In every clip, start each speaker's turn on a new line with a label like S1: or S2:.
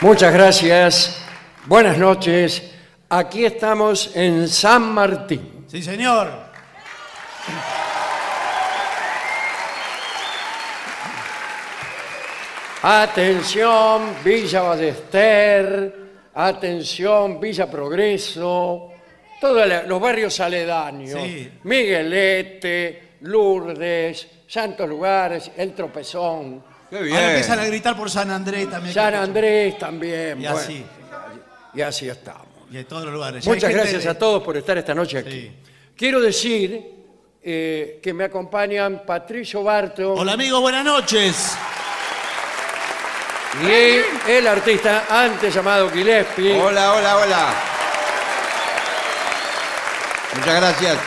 S1: Muchas gracias. Buenas noches. Aquí estamos en San Martín.
S2: Sí, señor.
S1: Atención, Villa Ballester. Atención, Villa Progreso. Todos la- los barrios aledaños.
S2: Sí.
S1: Miguelete, Lourdes, Santos Lugares, El Tropezón.
S3: Qué
S2: Ahora
S3: bien.
S2: empiezan a gritar por San Andrés también.
S1: San Andrés también.
S2: Y
S1: bueno,
S2: así.
S1: y así estamos.
S2: Y en todos los lugares.
S1: Muchas
S2: Hay gente
S1: gracias
S2: de-
S1: a todos por estar esta noche aquí.
S2: Sí.
S1: Quiero decir eh, que me acompañan Patricio Barto
S2: Hola, amigos, buenas noches.
S1: y el artista antes llamado Gillespie.
S3: Hola, hola, hola. Muchas gracias.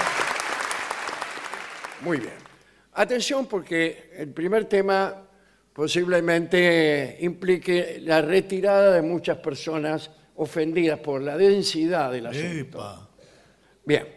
S1: Muy bien. Atención porque el primer tema posiblemente implique la retirada de muchas personas ofendidas por la densidad del asunto.
S2: Epa.
S1: Bien.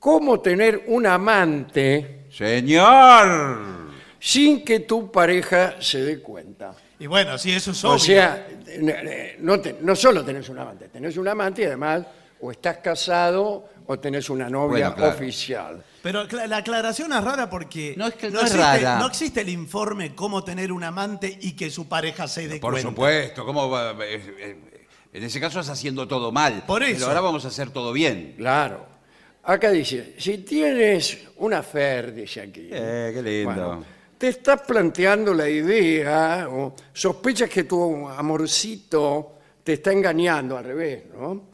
S1: ¿Cómo tener un amante
S3: Señor.
S1: sin que tu pareja se dé cuenta?
S2: Y bueno, sí, eso es
S1: O
S2: obvio.
S1: sea, eh, no, te- no solo tenés un amante, tenés un amante y además o estás casado o tenés una novia
S3: Bueno, claro.
S1: oficial.
S2: Pero cla- la aclaración es rara porque
S3: No, es que no es
S2: existe,
S3: rara.
S2: no existe el informe cómo tener un amante y que su pareja se dé
S3: Por
S2: cuenta.
S3: supuesto, ¿cómo va? Eh, eh, En ese caso estás haciendo todo mal.
S2: Por eso.
S3: Pero ahora vamos a hacer todo bien.
S1: Claro. Acá dice, si tienes una fer, dice aquí.
S3: Eh, qué lindo.
S1: te estás planteando la idea o sospechas que tu amorcito te está engañando al revés, ¿no?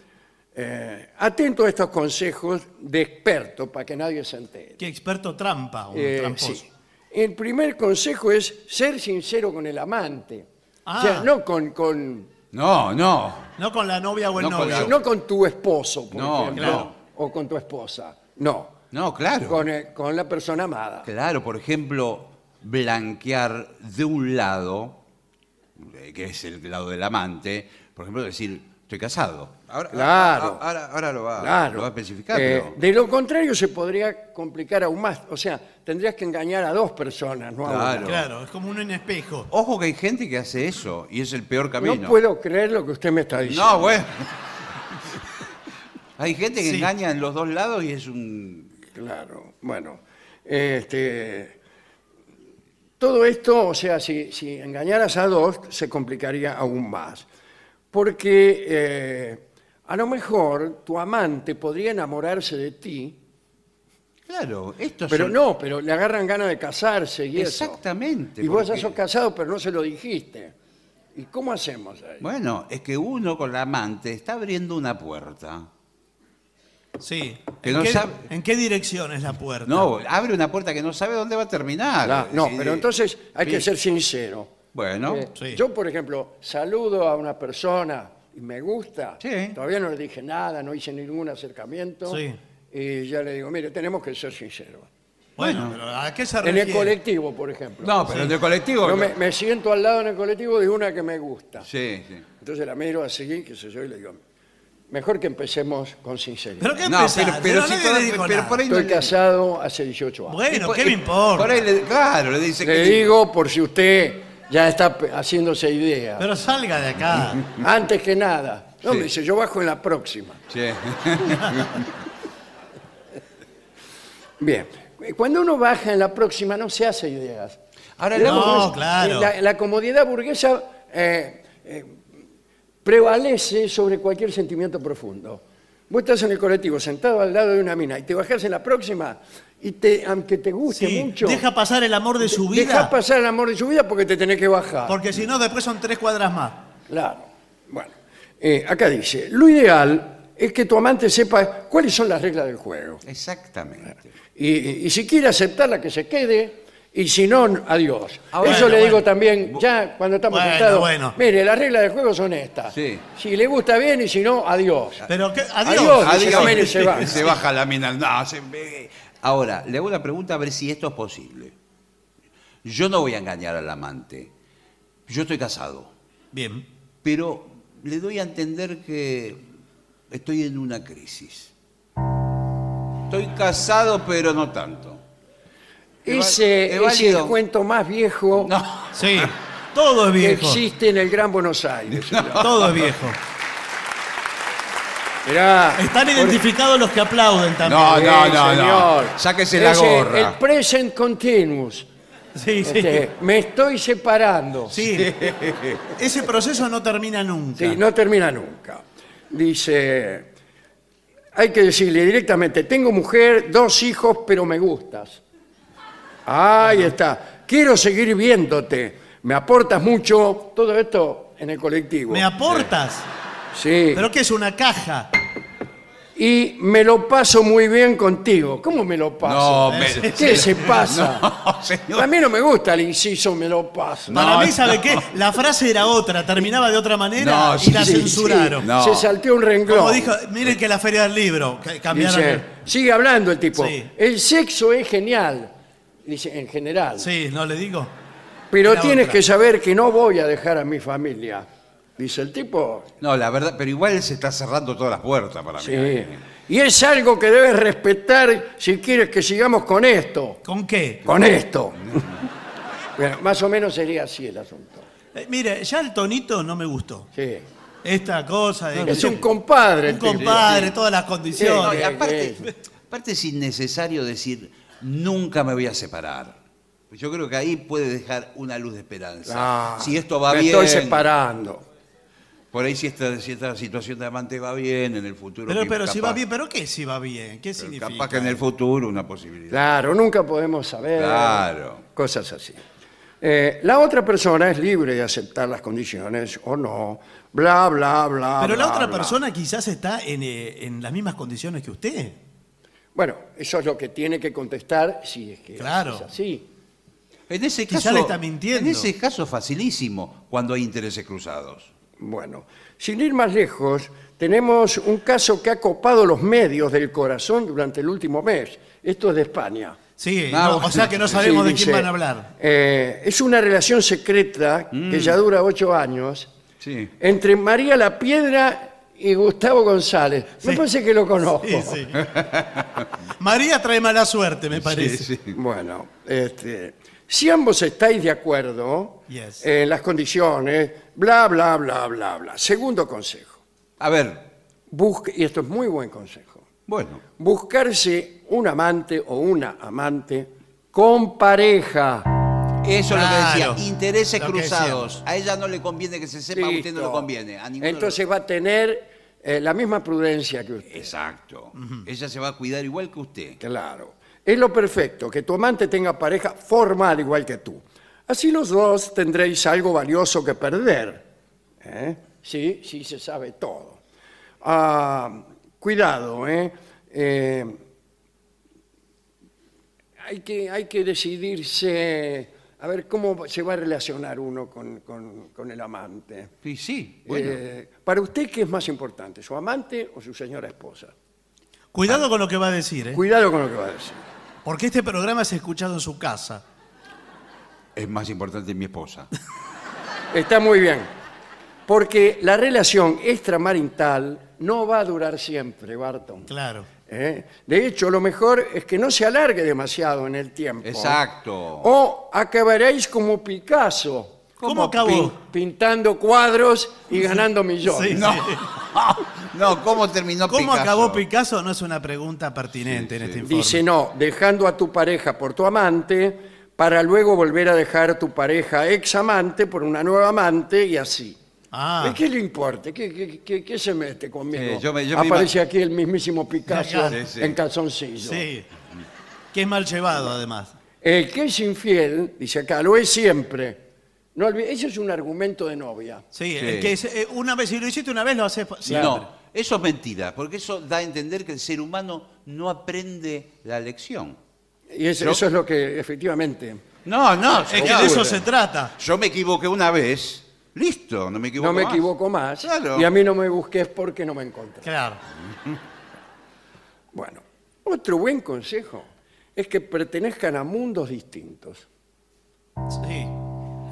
S1: Eh, atento a estos consejos de experto para que nadie se entere.
S2: Qué experto trampa, un
S1: Eh,
S2: tramposo.
S1: sí. El primer consejo es ser sincero con el amante. O sea,
S2: Ah.
S1: no con, con-
S3: No, no.
S2: No con la novia o el
S3: No con
S2: novio.
S3: la-
S1: no con tu esposo, por
S3: No,
S1: ejemplo,
S3: claro.
S1: o con tu esposa. No,
S3: No, claro.
S1: con, eh, con la persona amada.
S3: Claro, por ejemplo, blanquear de un lado, eh, que es el lado del amante, por ejemplo, decir, estoy casado. Ahora,
S1: Claro.
S3: a- ahora, ahora lo, va,
S1: Claro.
S3: lo va a especificar,
S1: Eh,
S3: pero-
S1: De lo contrario, se podría complicar aún más. O sea, tendrías que engañar a dos personas, no a una.
S3: Claro.
S2: Claro, es como un en espejo.
S3: Ojo que hay gente que hace eso y es el peor camino.
S1: No puedo creer lo que usted me está diciendo.
S3: No, bueno. hay gente que
S2: Sí.
S3: engaña en los dos lados y es un...
S1: Claro, bueno. Este, todo esto, o sea, si, si engañaras a dos, se complicaría aún más. Porque eh, a lo mejor tu amante podría enamorarse de ti,
S3: Claro, esto
S1: pero
S3: son-
S1: no, pero le agarran ganas de casarse y eso.
S3: Exactamente,
S1: Y vos ya
S3: porque-
S1: sos casado, pero no se lo dijiste. ¿Y cómo hacemos ahí?
S3: Bueno, es que uno con la amante está abriendo una puerta.
S2: Sí.
S3: Que
S2: ¿En,
S3: no
S2: qué,
S3: sabe-
S2: en qué dirección es la puerta?
S3: No, abre una puerta que no sabe dónde va a terminar.
S1: Claro, no,
S3: eh, Sí.
S1: pero entonces hay que
S3: Sí.
S1: ser sincero.
S3: Bueno,
S1: Eh,
S2: Sí.
S1: Yo, por ejemplo, saludo a una persona y me gusta.
S3: Sí.
S1: Todavía no le dije nada, no hice ningún acercamiento.
S2: Sí.
S1: Y ya le digo, mire, tenemos que ser sinceros.
S2: Bueno, pero ¿a qué se
S1: En
S2: refiere?
S1: el colectivo, por ejemplo.
S3: no, pero en el colectivo.
S1: Yo
S3: no.
S1: me, me siento al lado en el colectivo de una que me gusta.
S3: Sí, sí.
S1: Entonces la miro así, qué sé yo, y le digo, mejor que empecemos con sinceridad.
S2: ¿Pero qué
S3: No,
S2: empezás?
S3: pero, pero,
S2: nadie
S3: si
S2: le
S3: con-
S2: dijo
S3: pero
S2: nada.
S3: por ahí no
S1: Estoy
S3: le-
S1: casado hace 18 años.
S3: y
S2: Bueno,
S3: por-
S2: ¿qué me
S3: y-
S2: importa?
S3: Por ahí le, claro, le dice
S1: Le
S3: que-
S1: digo por si usted ya está pe- haciéndose idea.
S2: Pero salga de acá.
S1: Antes que nada. No,
S3: Sí.
S1: me dice, yo bajo en la próxima.
S3: Sí.
S1: Bien. Cuando uno baja en la próxima no se hace ideas.
S3: Ahora
S1: Le
S3: no.
S2: No.
S1: damos-
S2: claro.
S1: La, la comodidad burguesa eh, eh, prevalece sobre cualquier sentimiento profundo. Vos estás en el colectivo sentado al lado de una mina y te bajás en la próxima y te, aunque te guste
S2: Sí,
S1: mucho,
S2: Deja pasar el amor de su vida.
S1: dejás pasar el amor de su vida porque te tenés que bajar.
S2: Porque si no, después son tres cuadras más.
S1: Claro. Bueno, eh, acá dice, lo ideal es que tu amante sepa cuáles son las reglas del juego.
S3: Exactamente.
S1: Y, y si quiere aceptarla, que se quede.
S4: Y si no, adiós.
S3: Ah, bueno,
S4: Eso le digo
S2: bueno.
S4: también, ya cuando estamos
S2: Bueno,
S4: sentados.
S2: bueno.
S4: Mire, las reglas del juego son estas.
S3: Sí.
S4: Si le gusta bien y si no, adiós.
S2: Pero que,
S3: Ah,
S4: Adiós.
S2: adiós.
S4: se comen y se van.
S3: se baja la mina. No, se ve. Ahora, le hago una pregunta a ver si esto es posible. Yo no voy a engañar al amante. Yo estoy casado,
S2: Bien.
S3: pero le doy a entender que estoy en una crisis. Estoy casado, pero no tanto. Es va-
S4: Ese
S3: es
S4: ese es
S3: válido.
S4: el cuento más viejo
S3: No.
S2: Sí. Todo es
S4: que
S2: viejo.
S4: existe en el Gran Buenos Aires.
S2: Todo es viejo.
S4: Mirá,
S2: Están
S4: por-
S2: identificados los que aplauden también.
S3: No, no,
S4: Sí,
S3: no, no.
S4: señor.
S3: Sáquese la
S4: Es el-
S3: gorra.
S4: El present continuous.
S2: Sí, sí.
S4: Este, me estoy separando.
S2: Sí. Ese proceso no termina nunca.
S4: Sí, no termina nunca. Dice, hay que decirle directamente, tengo mujer, dos hijos, pero me gustas. Ahí está. Quiero seguir viéndote. Me aportas mucho. Todo esto en el colectivo.
S2: ¿Me aportas?
S4: sí.
S2: ¿Pero qué es una caja?
S4: Y me lo paso muy bien contigo. ¿Cómo me lo paso? ¿Eh?
S3: No, me-
S4: ¿Qué se pasa?
S3: No, señor.
S4: A mí no me gusta el inciso me lo paso.
S3: No,
S2: Para mí, ¿sabe
S3: no.
S2: qué? La frase era otra, terminaba de otra manera
S3: No,
S2: y
S3: sí,
S2: la
S3: sí,
S2: censuraron.
S3: sí. No.
S4: Se salteó un renglón.
S2: Como dijo, miren que la feria del libro, que cambiaron.
S4: Dice, sigue hablando el tipo.
S2: Sí.
S4: El sexo es genial, dice en general,
S2: el- Sí, no le digo.
S4: pero
S2: Era
S4: tienes
S2: otra.
S4: que saber que no voy a dejar a mi familia, dice el tipo.
S3: No, la verdad, pero igual se está cerrando todas las puertas para mí.
S4: Sí. Y es algo que debes respetar si quieres que sigamos con esto,
S2: ¿Con qué?
S4: con esto. Bueno, más o menos sería así el asunto.
S2: Eh, mire, ya el tonito no me gustó.
S4: Sí.
S2: Esta cosa de que-
S4: Es un
S2: un
S4: compadre. el
S3: este
S4: tipo.
S2: compadre, todas las
S3: No,
S2: condiciones.
S3: y
S4: Sí,
S3: aparte,
S4: sí.
S3: aparte es innecesario decir nunca me voy a separar. Yo creo que ahí puede dejar una luz de esperanza.
S4: Ah,
S3: si esto va
S4: me
S3: bien,
S4: Estoy separando.
S3: por ahí si esta, si esta situación de amante va bien en el futuro.
S2: pero
S3: que
S2: pero si
S3: capaz-
S2: va bien, ¿pero qué si va bien? ¿Qué
S3: pero
S2: significa?
S3: Capaz que en el futuro una posibilidad.
S4: Claro, nunca podemos saber.
S3: Claro.
S4: Cosas así. Eh, la otra persona es libre de aceptar las condiciones o no. Bla, bla, bla.
S2: Pero la
S4: bla,
S2: otra
S4: bla.
S2: persona quizás está en, eh, en las mismas condiciones que usted.
S4: Bueno, eso es lo que tiene que contestar si es que
S2: Claro.
S4: es así.
S3: En ese
S2: Quizá
S3: caso,
S2: le está mintiendo.
S3: En ese caso es facilísimo cuando hay intereses cruzados.
S4: Bueno, sin ir más lejos, tenemos un caso que ha copado los medios del corazón durante el último mes. Esto es de España.
S2: Sí,
S3: Ah,
S2: no,
S3: bueno.
S2: o sea que no sabemos
S4: Sí,
S2: de
S4: dice,
S2: quién van a hablar. Mm.
S4: eh, es una relación secreta que ya dura ocho años
S3: Sí.
S4: entre María la Piedra y Gustavo González. Me
S2: Sí.
S4: parece que lo conozco.
S2: Sí, sí. María trae mala suerte, me parece.
S3: Sí, sí.
S4: Bueno, este, si ambos estáis de acuerdo
S2: Yes.
S4: en las condiciones, bla, bla, bla, bla, bla. Segundo consejo,
S3: A ver,
S4: busque, y esto es muy buen consejo,
S3: bueno.
S4: buscarse un amante o una amante con pareja.
S3: Eso es lo
S2: Claro.
S3: que decía, intereses
S2: Lo que
S3: cruzados.
S2: decíamos.
S3: A ella no le conviene que se sepa, a usted no
S4: Listo.
S3: le conviene. A ninguno le-
S4: Entonces va a tener eh, la misma prudencia que usted.
S3: Exacto. Ella se va a cuidar igual que usted.
S4: Claro. Es lo perfecto, que tu amante tenga pareja formal igual que tú. Así los dos tendréis algo valioso que perder. ¿eh? Sí, sí se sabe todo. Ah, cuidado, ¿eh? Eh, hay, que, hay que decidirse a ver cómo se va a relacionar uno con, con- con el amante.
S3: Sí, sí. Bueno.
S4: Eh, Para usted, ¿qué es más importante, su amante o su señora esposa?
S2: Cuidado con lo que va a decir, ¿eh?
S4: Cuidado con lo que va a decir.
S2: porque este programa es escuchado en su casa.
S3: Es más importante mi esposa.
S4: Está muy bien. Porque la relación extramarital no va a durar siempre, Barton.
S2: Claro.
S4: ¿Eh? De hecho, lo mejor es que no se alargue demasiado en el tiempo.
S3: Exacto.
S4: O acabaréis como Picasso,
S2: ¿Cómo acabó?
S3: pin-
S4: pintando cuadros y ganando millones.
S2: Sí,
S3: No.
S2: sí.
S3: no, ¿cómo terminó
S2: ¿Cómo
S3: Picasso?
S2: acabó Picasso? No es una pregunta pertinente en este informe.
S4: Dice no, dejando a tu pareja por tu amante para luego volver a dejar a tu pareja ex amante por una nueva amante y así.
S2: Ah,
S4: ¿Y ¿Qué le importa? ¿Qué, qué- qué- qué se mete conmigo?
S3: Sí, yo me- yo me
S4: Aparece aquí el mismísimo Picasso
S2: Sí,
S3: sí.
S4: en calzoncillo.
S2: sí. Que es mal llevado, además.
S4: El que es infiel, dice acá, lo es siempre. No olvi- Eso es un argumento de novia.
S2: Sí,
S3: Sí.
S2: el que es- eh, una vez, si lo hiciste una vez, lo haces pa- siempre.
S3: No, eso es mentira, porque eso da a entender que el ser humano no aprende la lección.
S4: Y es-
S3: Yo-
S4: eso es lo que efectivamente
S3: No, no,
S2: Es que
S3: seguro.
S2: de eso se trata.
S3: Yo me equivoqué una vez. Listo, no me equivoco
S4: No me
S3: más.
S4: equivoco más.
S3: Claro.
S4: Y a mí no me busques porque no me encontré.
S2: Claro.
S4: Bueno, otro buen consejo es que pertenezcan a mundos distintos.
S2: Sí.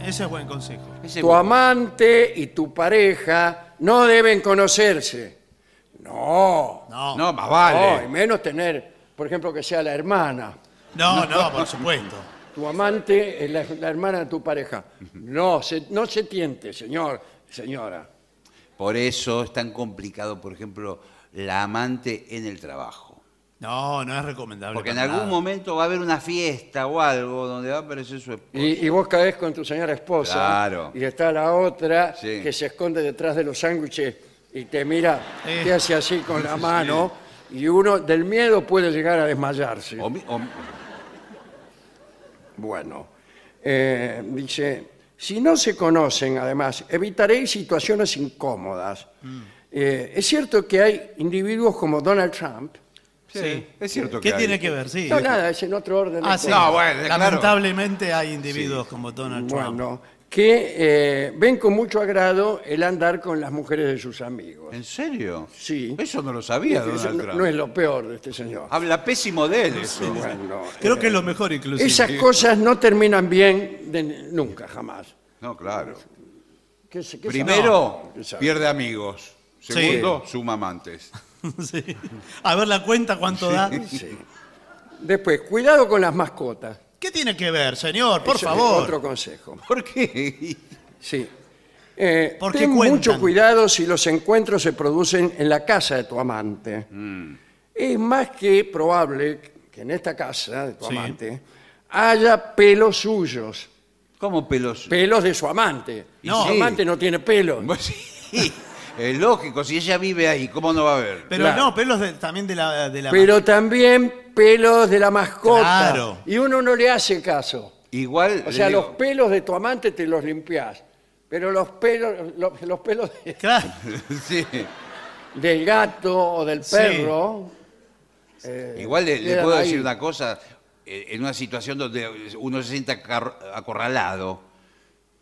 S2: Ese es buen consejo.
S3: Ese
S4: Tu amante y tu pareja no deben conocerse. No.
S2: No.
S3: No, más vale.
S4: No, y menos tener, por ejemplo, que sea la hermana.
S2: No, no, por supuesto.
S4: Tu amante es la, la hermana de tu pareja. No, se- no se tiente, señor, señora.
S3: Por eso es tan complicado, por ejemplo, la amante en el trabajo.
S2: No, no es recomendable.
S3: Porque en
S2: para
S3: algún
S2: nada.
S3: momento va a haber una fiesta o algo donde va a aparecer su esposa.
S4: Y, y vos caes con tu señora esposa.
S3: Claro.
S4: Y está la otra
S3: Sí.
S4: que se esconde detrás de los sándwiches y te mira,
S2: Eh.
S4: te hace así con la mano. Y uno del miedo puede llegar a desmayarse.
S3: O mi- o-
S4: Bueno, eh, dice, si no se conocen, además, evitaréis situaciones incómodas.
S2: Mm.
S4: Eh, es cierto que hay individuos como Donald Trump.
S3: Sí,
S2: Sí.
S3: es cierto
S2: ¿Qué
S3: que
S2: tiene
S3: hay.
S2: que ver? Sí.
S4: No, nada, es en otro orden. de
S2: Ah, sí.
S4: cosas.
S3: No, bueno, claro.
S2: Lamentablemente hay individuos como Donald Trump.
S4: Bueno, que eh, ven con mucho agrado el andar con las mujeres de sus amigos.
S3: ¿En serio?
S4: Sí.
S3: Eso no lo sabía
S4: Eso
S3: Donald
S4: no-
S3: Trump.
S4: no es lo peor de este señor.
S3: Habla pésimo de él eso.
S4: Bueno,
S2: Ah, Creo
S4: eh,
S2: que es lo mejor inclusive.
S4: esas cosas no terminan bien de- nunca, jamás.
S3: No, claro.
S4: ¿Qué se- qué
S3: Primero,
S4: sabe? ¿Qué sabe?
S3: pierde amigos. Segundo, suma amantes.
S2: Sí. A ver la cuenta cuánto da.
S4: Sí. Después, cuidado con las mascotas.
S2: ¿Qué tiene que ver, señor? Por
S4: Ese es
S2: favor.
S4: Otro consejo.
S3: ¿Por qué?
S4: Sí. Eh,
S2: ¿Por qué
S4: ten
S2: cuentan?
S4: mucho cuidado si los encuentros se producen en la casa de tu amante.
S2: Mm.
S4: Es más que probable que en esta casa de tu
S2: Sí.
S4: amante haya pelos suyos,
S3: ¿Cómo pelos?
S4: pelos de su amante.
S3: No.
S4: Su amante no tiene pelos.
S3: Bueno, sí, es lógico, si ella vive ahí, ¿cómo no va a haber?
S2: Pero
S4: Claro.
S2: no, pelos de- también de la, de la
S4: Pero también pelos de la mascota.
S2: Claro.
S4: Y uno no le hace caso.
S3: Igual.
S4: O sea,
S3: le digo,
S4: los pelos de tu amante te los limpiás, pero los pelos, los, los pelos de-
S2: Claro.
S3: sí,
S4: del gato o del
S2: Sí.
S4: perro.
S3: Igual le, le
S4: quedan
S3: puedo
S4: ahí.
S3: decir una cosa, eh, en una situación donde uno se sienta acar- acorralado.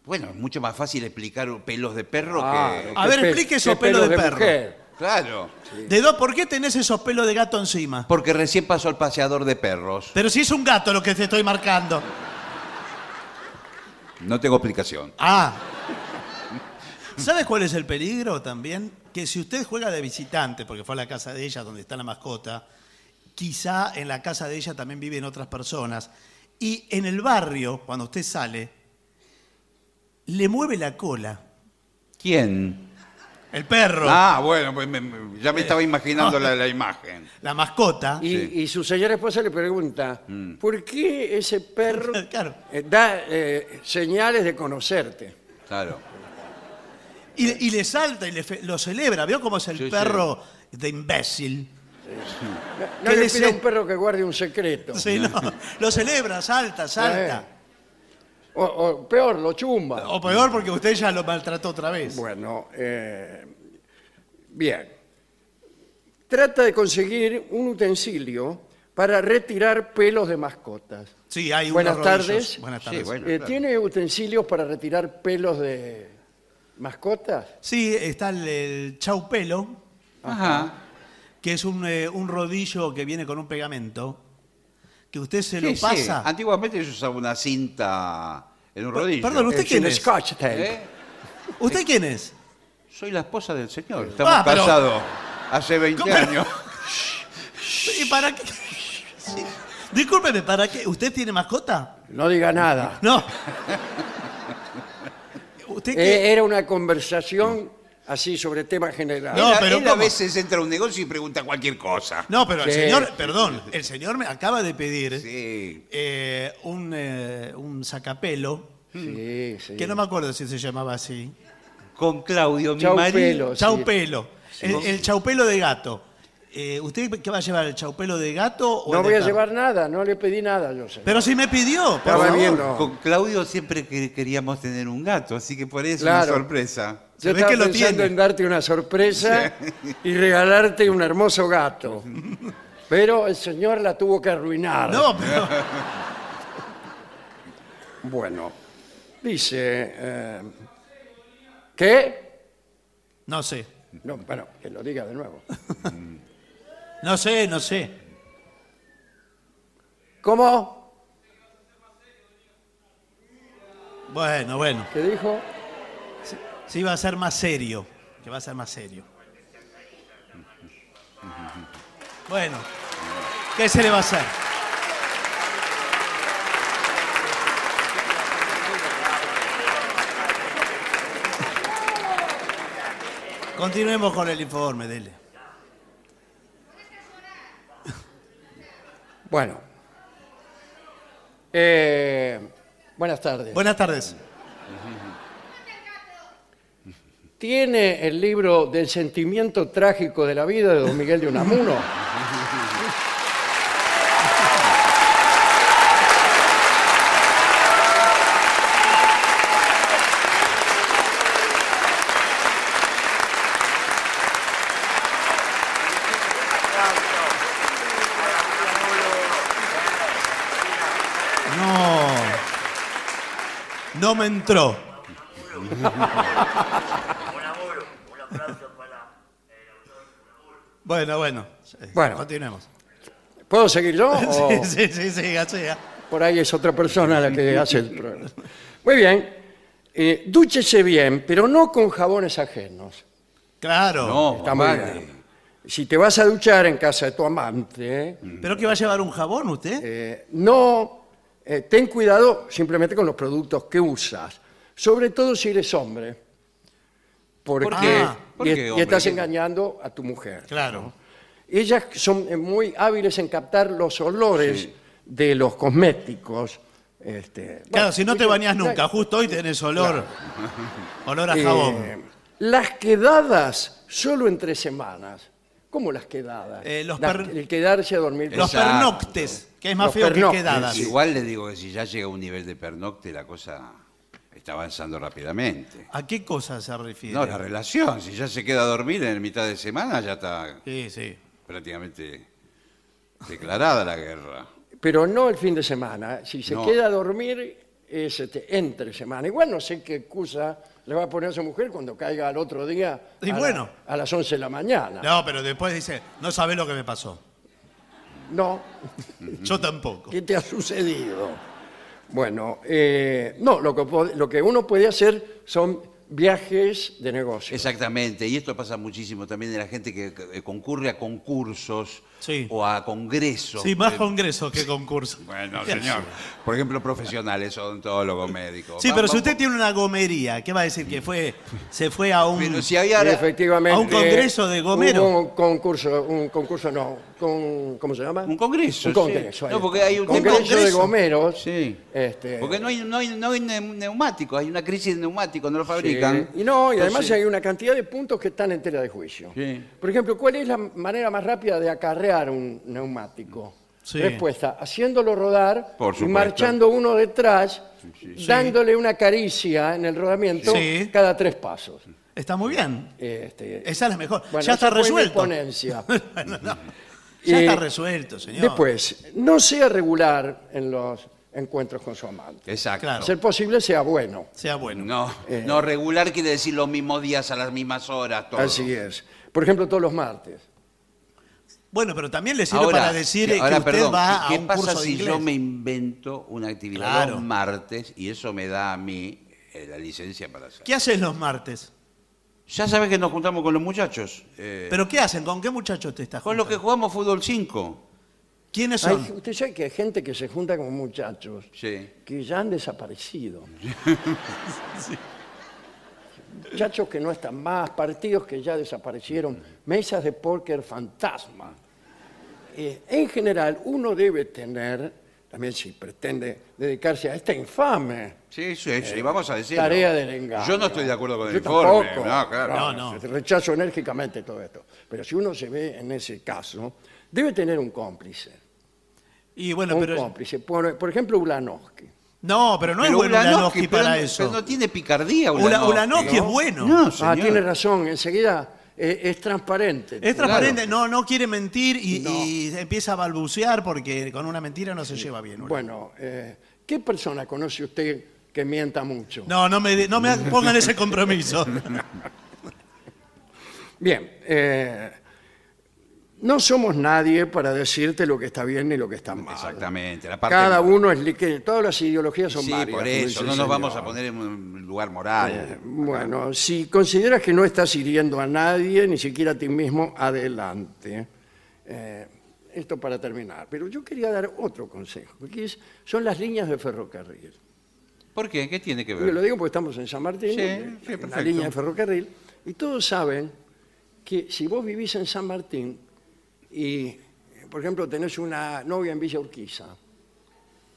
S3: Bueno, es mucho más fácil explicar pelos de perro
S4: claro,
S3: que.
S2: A
S4: qué
S2: ver,
S4: pe-
S2: explique
S4: qué
S2: esos pelos de perro.
S4: mujer.
S3: Claro.
S2: ¿De dos? ¿Por qué tenés esos pelos de gato encima?
S3: Porque recién pasó el paseador de perros.
S2: Pero si es un gato lo que te estoy marcando.
S3: No tengo explicación.
S2: Ah. ¿Sabes cuál es el peligro también? Que si usted juega de visitante, porque fue a la casa de ella donde está la mascota, quizá en la casa de ella también viven otras personas. Y en el barrio, cuando usted sale, le mueve la cola.
S3: ¿Quién?
S2: El perro,
S3: Ah, bueno, pues me- me- ya me estaba
S2: Ah.
S3: imaginando la, la imagen.
S2: la mascota.
S4: Y,
S3: Sí.
S4: y su señora esposa le pregunta, ¿por qué ese perro
S2: Mm. Claro.
S4: eh, da eh, señales de conocerte?
S3: Claro.
S2: Y, y le salta y le fe- lo celebra. ¿Vio cómo es el
S3: Sí, sí.
S2: perro de imbécil?
S4: No, no
S2: ¿Qué
S4: le
S2: dice?
S4: pida a un perro que guarde un secreto.
S2: Sí, no. Lo celebra, salta, salta.
S4: O, o peor, lo chumba.
S2: O peor porque usted ya lo maltrató otra vez.
S4: Bueno, eh, bien. Trata de conseguir un utensilio para retirar pelos de mascotas.
S2: Sí, hay unos
S4: Buenas
S2: rodillos.
S4: tardes.
S2: Buenas
S3: Sí,
S2: tardes.
S3: bueno.
S4: Eh,
S3: claro.
S4: ¿Tiene utensilios para retirar pelos de mascotas?
S2: Sí, está el, el chaupelo,
S3: Ajá.
S2: que es un, eh, un rodillo que viene con un pegamento, que usted se
S3: Sí,
S2: lo
S3: sí.
S2: pasa.
S3: Antiguamente yo usaba una cinta en un
S2: Per-
S3: rodillo.
S2: perdón, ¿Usted
S4: Es
S2: quién
S4: un
S2: es?
S4: scotch tape.
S3: ¿Eh?
S2: ¿Usted quién es?
S3: Soy la esposa del señor. Estamos
S2: Ah, pero-
S3: casados hace 20
S2: ¿Cómo?
S3: años.
S2: ¿Y para qué? Sí. Discúlpeme, ¿para qué? ¿Usted tiene mascota?
S4: No diga nada.
S2: No. ¿Usted qué?
S4: Eh, era una conversación así sobre temas generales.
S2: No,
S3: Él a-
S2: pero
S3: él a
S2: ¿cómo?
S3: veces entra a un negocio y pregunta cualquier cosa.
S2: No, pero el
S4: Sí.
S2: señor, perdón, el señor me acaba de pedir
S3: Sí.
S2: eh, un, eh, un sacapelo,
S4: Sí, sí.
S2: que no me acuerdo si se llamaba así.
S3: Con Claudio, mi
S4: Chau,
S3: marido.
S4: pelo, sí.
S2: Chaupelo. El, el chaupelo de gato. Eh, ¿Usted qué va a llevar? ¿El chaupelo de gato o
S4: No
S2: el de
S4: voy a
S2: perro?
S4: llevar nada, no le pedí nada, yo sé.
S2: Pero si me pidió, por
S4: Estaba
S2: favor.
S4: bien, no.
S3: Con Claudio siempre que- queríamos tener un gato, así que por eso
S4: Claro.
S3: una sorpresa.
S2: se
S4: Yo
S2: ve
S4: estaba
S2: que lo
S4: pensando
S2: tiene.
S4: en darte una sorpresa y regalarte un hermoso gato. Pero el señor la tuvo que arruinar.
S2: No, pero
S4: Bueno, dice... eh, ¿Qué?
S2: No sé.
S4: No, bueno, que lo diga de nuevo.
S2: No sé, no sé.
S4: ¿Cómo?
S2: Bueno, bueno.
S4: ¿Qué dijo?
S2: Sí va a ser más serio. Que va a ser más serio. Bueno. ¿Qué se le va a hacer? Continuemos con el informe, dele.
S4: Bueno. Eh, buenas tardes.
S2: Buenas tardes.
S4: ¿Tiene el libro del sentimiento trágico de la vida de don Miguel de Unamuno?
S2: No. No me entró.
S5: Un laburo, un aplauso para el autor.
S2: Bueno, bueno. Sí,
S4: Bueno. Oh.
S2: Continuemos.
S4: ¿Puedo seguir yo? o-
S2: Sí, sí, sí, sí, así, ah.
S4: Por ahí es otra persona la que hace el programa. Muy bien. Eh, dúchese bien, pero no con jabones ajenos.
S2: Claro.
S3: No, eh,
S4: Está mal.
S3: vale.
S4: Si te vas a duchar en casa de tu amante,
S2: ¿Pero que va a llevar un jabón usted?
S4: eh, no eh, ten cuidado simplemente con los productos que usas, sobre todo si eres hombre, porque
S2: Ah,
S3: ¿por
S4: y-
S3: qué,
S4: y,
S3: hombre?
S4: estás engañando a tu mujer.
S2: Claro.
S4: Ellas son eh, muy hábiles en captar los olores de los cosméticos. este,
S2: Claro,
S4: bueno,
S2: si no te
S4: y-
S2: bañas
S4: y-
S2: nunca, justo hoy tenés olor. Olor a
S4: Eh,
S2: jabón.
S4: las quedadas solo entre semanas. ¿Cómo las quedadas?
S2: Eh, los
S4: Las-
S2: per-
S4: el quedarse a dormir.
S2: Los
S3: Exacto.
S2: pernoctes, que es más
S4: Los
S2: feo que
S4: pernoctes,
S2: quedadas.
S4: sí.
S3: Igual le digo que si ya llega a un nivel de pernocte, la cosa está avanzando rápidamente.
S2: ¿A qué cosa se refiere?
S3: No, la relación, si ya se queda a dormir en mitad de semana, ya está
S2: Sí, sí.
S3: prácticamente declarada la guerra.
S4: Pero no el fin de semana. ¿eh? Si se
S3: No.
S4: queda a dormir es este, entre semana. Igual no sé qué excusa le va a poner a su mujer cuando caiga al otro día
S2: Y
S4: a, la-
S2: bueno.
S4: a las 11 de la mañana.
S2: No, pero después dice, no sabés lo que me pasó.
S4: No.
S2: Yo tampoco.
S4: ¿Qué te ha sucedido? Bueno, eh, no, lo que, pod- lo que uno puede hacer son viajes de negocio.
S3: Exactamente, y esto pasa muchísimo también de la gente que que eh, concurre a concursos
S2: Sí.
S3: o a congresos.
S2: Sí, más
S3: Eh,
S2: congresos que concursos.
S3: Bueno, señor. Por ejemplo, profesionales, odontólogos, médicos.
S2: Sí,
S3: Va-
S2: pero
S3: va-
S2: si usted tiene una gomería, ¿qué va a decir? Que fue, se fue a un...
S3: Pero si había...
S4: Y efectivamente.
S2: a un congreso de gomeros.
S4: hubo Un concurso, un concurso no, con, ¿cómo se llama?
S3: Un congreso,
S4: Un congreso.
S3: sí.
S4: ahí
S3: No, porque
S4: está.
S3: hay un- ¿Un
S4: congreso, de
S2: congreso?
S4: gomeros.
S3: Sí.
S4: este,
S3: Porque no hay, no, hay, no hay neu- neumáticos, hay una crisis de neumáticos, no lo
S4: sí.
S3: fabrican.
S4: Y no, y además
S3: Entonces-
S4: hay una cantidad de puntos que están en tela de juicio.
S3: Sí.
S4: Por ejemplo, ¿cuál es la manera más rápida de acarrear un neumático?
S2: Sí.
S4: Respuesta, haciéndolo rodar
S3: Por
S4: y
S3: supuesto.
S4: marchando uno detrás, dándole una caricia en el rodamiento
S2: Sí.
S4: cada tres pasos.
S2: Está muy bien.
S4: Este,
S2: Esa es la mejor.
S4: bueno,
S2: ya está
S4: eso fue mi
S2: resuelto.
S4: ponencia.
S2: Bueno, no. Ya
S4: Eh,
S2: está resuelto, señor.
S4: Después, no sea regular en los encuentros con su amante.
S3: Exacto.
S2: Claro.
S4: Ser posible sea bueno.
S2: Sea bueno.
S3: No,
S4: Eh.
S3: no, regular quiere decir los mismos días, a las mismas horas, todo.
S4: Así es. Por ejemplo, todos los martes.
S2: Bueno, pero también le sirve para decir eh,
S3: ahora,
S2: que usted
S3: perdón,
S2: va
S3: ¿qué
S2: a un
S3: pasa
S2: curso de
S3: si
S2: inglés.
S3: yo me invento una actividad
S2: Claro.
S3: los martes y eso me da a mí eh, la licencia para hacer?
S2: ¿Qué hacen los martes?
S3: Ya sabes que nos juntamos con los muchachos. eh,
S2: ¿Pero qué hacen? ¿Con qué muchachos te estás
S3: con los que
S2: juntando?
S3: jugamos fútbol 5.
S2: ¿Quiénes
S4: Hay-
S2: son?
S4: usted sabe que hay gente que se junta con muchachos
S3: Sí.
S4: que ya han desaparecido. Muchachos que no están más, partidos que ya desaparecieron, mesas de póker fantasma. Eh, en general, uno debe tener, también si pretende dedicarse a esta infame
S3: Sí, sí, sí, vamos a decir.
S4: Eh, tarea del engaño.
S3: Yo no estoy de acuerdo con el
S4: Yo
S3: informe.
S4: tampoco.
S3: No, claro.
S2: No, no.
S4: Rechazo enérgicamente todo esto. Pero si uno se ve en ese caso, debe tener un cómplice.
S2: Y bueno,
S4: un
S2: pero.
S4: cómplice. Por, por ejemplo, Ulanovsky.
S2: No, pero no
S3: Pero
S2: es bueno
S3: Ulanovsky,
S2: Ulanovsky
S3: pero
S2: para
S3: no-
S2: eso.
S3: pero no tiene picardía
S2: Ula-
S3: Ulanovsky.
S2: Ulanovsky es
S3: ¿no?
S2: bueno.
S3: No,
S4: Ah,
S3: señor.
S4: tiene razón. Enseguida eh, es transparente.
S2: Es transparente, no, no quiere mentir y, y empieza a balbucear porque con una mentira no se lleva bien. uno.
S4: Bueno, eh, ¿qué persona conoce usted que mienta mucho?
S2: No, no me, no me pongan ese compromiso.
S4: Bien, eh, no somos nadie para decirte lo que está bien ni lo que está mal.
S3: Exactamente. La parte
S4: Cada uno es lique- todas las ideologías son
S3: Sí,
S4: varias.
S3: por
S4: como dice
S3: eso.
S4: el
S3: No nos
S4: señor. Eh,
S3: vamos a poner en un lugar moral.
S4: Bueno, si consideras que no estás hiriendo a nadie, ni siquiera a ti mismo, adelante. Eh, esto para terminar. Pero yo quería dar otro consejo, que es- son las líneas de ferrocarril.
S3: ¿Por qué? ¿Qué tiene que
S4: Yo lo
S3: ver?
S4: digo porque estamos en San Martín,
S3: Sí,
S4: en
S3: sí,
S4: la
S3: perfecto.
S4: línea de ferrocarril, y todos saben que si vos vivís en San Martín y, por ejemplo, tenés una novia en Villa Urquiza,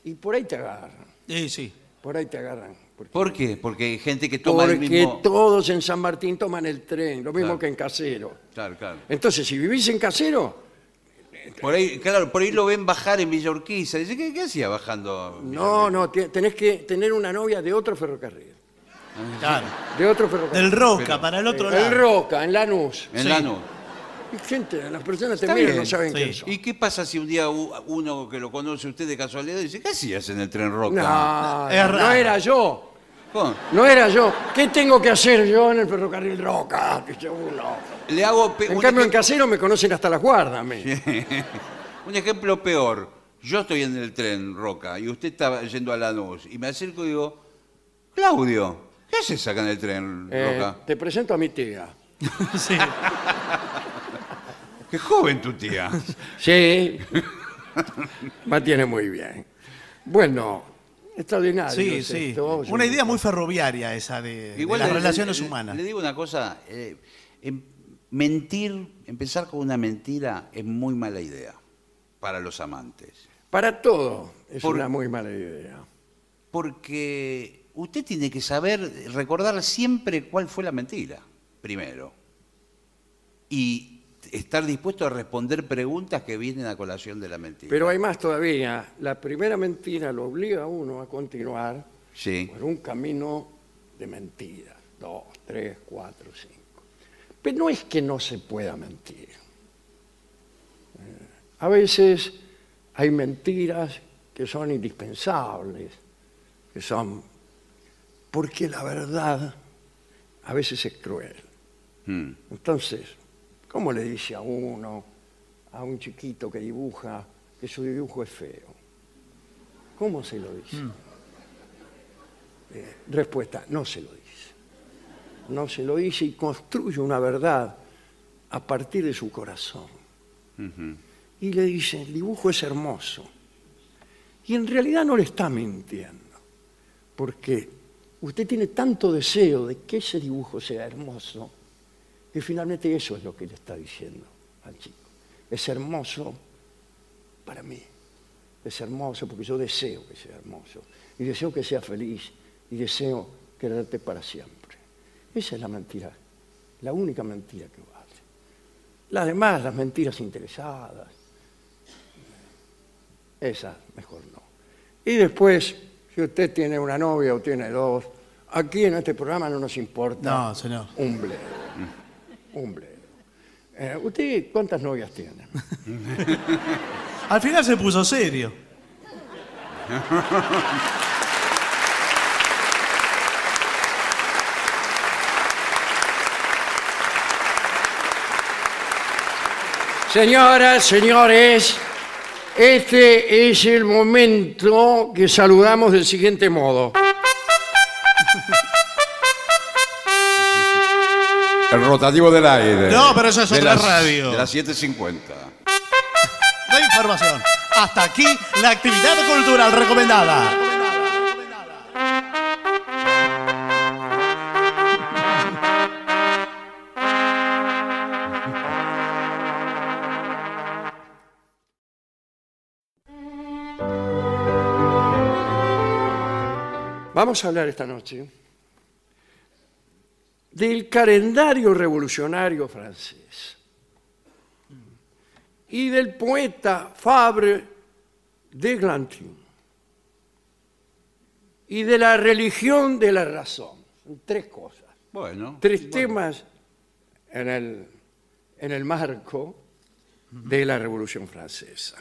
S4: y por ahí te agarran,
S2: Sí, sí.
S4: por ahí te agarran. Porque,
S3: ¿Por qué? Porque hay gente que toma el
S4: porque
S3: mismo.
S4: todos en San Martín toman el tren, lo mismo
S3: Claro.
S4: que en Casero.
S3: Claro, claro.
S4: Entonces, si vivís en Casero,
S3: Por ahí, claro, por ahí lo ven bajar en Villa Urquiza. Dice, ¿qué, qué hacía bajando?
S4: no, no, te- tenés que tener una novia de otro ferrocarril.
S2: Claro.
S4: De otro ferrocarril.
S2: Del Roca para el otro
S4: El
S2: lado.
S4: Roca, en Lanús.
S3: En
S2: Sí.
S3: Lanús.
S4: Y gente, las personas te
S3: Está
S4: miran,
S3: bien,
S4: no saben
S2: sí.
S4: quién son.
S3: ¿Y qué pasa si un día u- uno que lo conoce usted de casualidad dice, ¿qué hacías en el tren Roca?
S4: No,
S2: Es
S4: no
S2: raro.
S4: era yo.
S3: Con-
S4: No era yo. ¿Qué tengo que hacer yo en el ferrocarril Roca? Dice uno.
S3: Le hago pe-
S4: En
S3: un,
S4: cambio, en
S3: ejem-
S4: Casero me conocen hasta las guardas. a mí.
S3: un ejemplo peor. Yo estoy en el tren Roca y usted está yendo a Lanús. Y me acerco y digo, Claudio, ¿qué haces acá en el tren
S4: Eh,
S3: Roca?
S4: te presento a mi tía.
S2: Sí.
S3: Qué joven tu tía.
S4: Sí. La tiene muy bien. Bueno, extraordinario.
S2: Sí,
S4: es
S2: sí.
S4: esto.
S2: Una idea muy ferroviaria esa de, de
S3: Igual
S2: Eh, las
S3: le- le-
S2: relaciones
S3: le-
S2: humanas.
S3: Le digo una cosa, eh, em- mentir, empezar con una mentira es muy mala idea para los amantes.
S4: Para todo es
S3: Por-
S4: una muy mala idea.
S3: Porque usted tiene que saber, recordar siempre cuál fue la mentira, primero. Y estar dispuesto a responder preguntas que vienen a colación de la mentira.
S4: Pero hay más todavía. La primera mentira lo obliga a uno a continuar
S3: Sí.
S4: por un camino de mentiras. Dos, tres, cuatro, cinco. Pero no es que no se pueda mentir. Eh, A veces hay mentiras que son indispensables, que son porque la verdad a veces es cruel.
S3: Mm.
S4: Entonces, ¿cómo le dice a uno, a un chiquito que dibuja, que su dibujo es feo? ¿Cómo se lo dice? Eh, respuesta, no se lo dice. No se lo dice y construye una verdad a partir de su corazón. Y le dice, el dibujo es hermoso. Y en realidad no le está mintiendo, porque usted tiene tanto deseo de que ese dibujo sea hermoso, y finalmente eso es lo que le está diciendo al chico. Es hermoso para mí. Es hermoso porque yo deseo que sea hermoso. Y deseo que sea feliz. Y deseo quererte para siempre. Esa es la mentira. La única mentira que vale. Las demás, las mentiras interesadas. Esas mejor no. Y después, si usted tiene una novia o tiene dos, aquí en este programa no nos importa
S2: No, señor.
S4: un bledo. Un bledo. Eh, ¿Usted cuántas novias tiene?
S2: Al final se puso serio.
S4: Señoras, señores, este es el momento que saludamos del siguiente modo.
S6: El rotativo del aire.
S2: No, pero eso es
S3: Eh, De
S2: otra
S3: las-
S2: radio.
S3: De las 7.50.
S2: No hay información. Hasta aquí la actividad cultural recomendada.
S4: Vamos a hablar esta noche del calendario revolucionario francés y del poeta Fabre de Glantin y de la religión de la razón. Tres cosas.
S3: Bueno.
S4: tres temas en el, en el marco de la Revolución Francesa.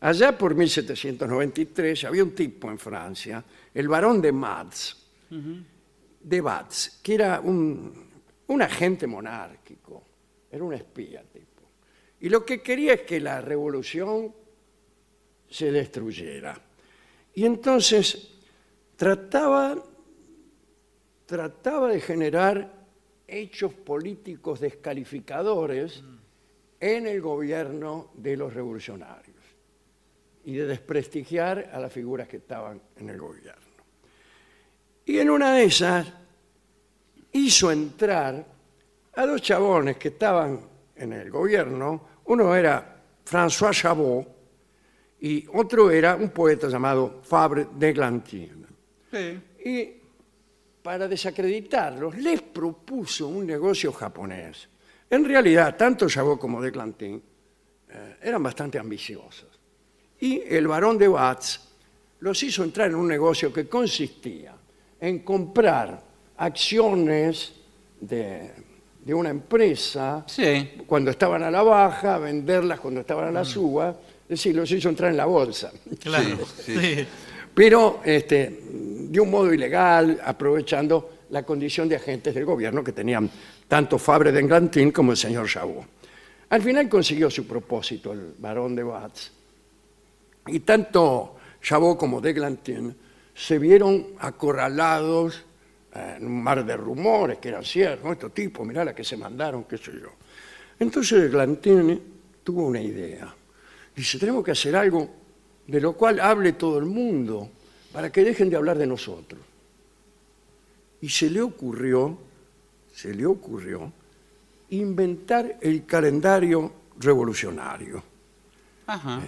S4: Allá por 1793 había un tipo en Francia, el barón de Matz, de Batz, que era un, un agente monárquico, era un espía tipo. Y lo que quería es que la revolución se destruyera. Y entonces trataba, trataba de generar hechos políticos descalificadores en el gobierno de los revolucionarios y de desprestigiar a las figuras que estaban en el gobierno. Y en una de esas hizo entrar a dos chabones que estaban en el gobierno. Uno era François Chabot y otro era un poeta llamado Fabre d'Eglantine. Y para desacreditarlos les propuso un negocio japonés. En realidad, tanto Chabot como Declantín eran bastante ambiciosos. Y el barón de Watts los hizo entrar en un negocio que consistía en comprar acciones de, de una empresa
S3: Sí.
S4: cuando estaban a la baja, venderlas cuando estaban a la suba, es decir, los hizo entrar en la bolsa.
S2: Claro.
S3: sí.
S2: Sí.
S4: Pero este, de un modo ilegal, aprovechando la condición de agentes del gobierno que tenían tanto Fabre de Englantín como el señor Chabot. Al final consiguió su propósito el barón de Watts. Y tanto Chabot como de Englantín se vieron acorralados eh, en un mar de rumores que eran ciertos. Estos tipos, mirá la que se mandaron, qué sé yo. Entonces de Englantín tuvo una idea. Dice, tenemos que hacer algo de lo cual hable todo el mundo para que dejen de hablar de nosotros. Y se le ocurrió, se le ocurrió inventar el calendario revolucionario
S3: Ajá.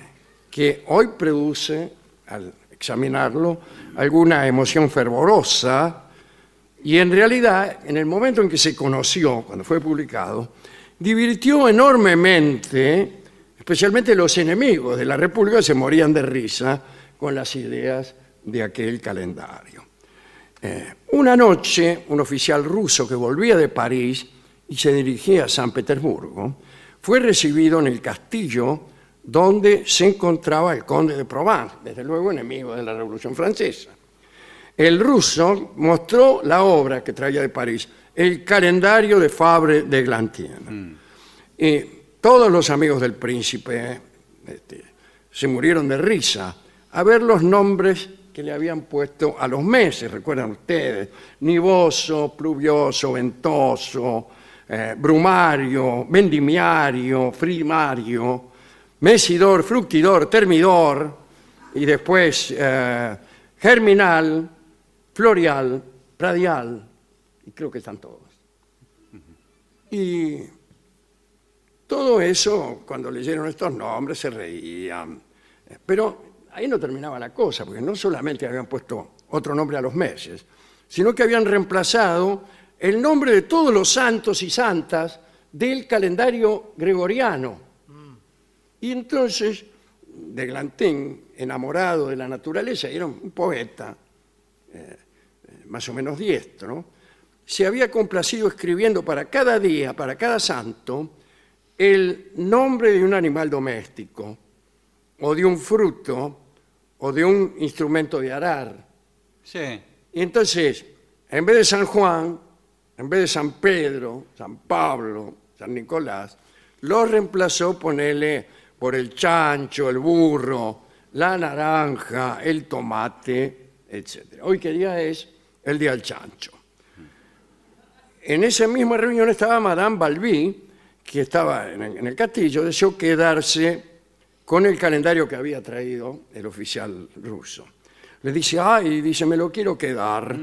S4: que hoy produce, al examinarlo, alguna emoción fervorosa y en realidad, en el momento en que se conoció, cuando fue publicado, divirtió enormemente, especialmente los enemigos de la República se morían de risa con las ideas de aquel calendario. Eh, una noche, un oficial ruso que volvía de París y se dirigía a San Petersburgo, fue recibido en el castillo donde se encontraba el conde de Provence, desde luego enemigo de la Revolución Francesa. El ruso mostró la obra que traía de París, el calendario de Fabre de Glantien. Y todos los amigos del príncipe este, se murieron de risa a ver los nombres que le habían puesto a los meses, recuerdan ustedes, nivoso, pluvioso, ventoso, eh, brumario, vendimiario, frimario, mesidor, fructidor, termidor, y después eh, germinal, florial, radial, y creo que están todos. Y todo eso, cuando leyeron estos nombres, se reían. Eh, Pero ahí no terminaba la cosa, porque no solamente habían puesto otro nombre a los meses, sino que habían reemplazado el nombre de todos los santos y santas del calendario gregoriano. Y entonces, de Glantín, enamorado de la naturaleza, y era un poeta, eh, eh, más o menos diestro, se había complacido escribiendo para cada día, para cada santo, el nombre de un animal doméstico, o de un fruto, o de un instrumento de arar.
S3: Sí.
S4: Y entonces, en vez de San Juan, en vez de San Pedro, San Pablo, San Nicolás, lo reemplazó, ponele, por el chancho, el burro, la naranja, el tomate, etc. Hoy qué día es el día del chancho. En esa misma reunión estaba Madame Balbi, que estaba en el, en el castillo, deseó quedarse con el calendario que había traído el oficial ruso. Le dice, ay, dice, me lo quiero quedar.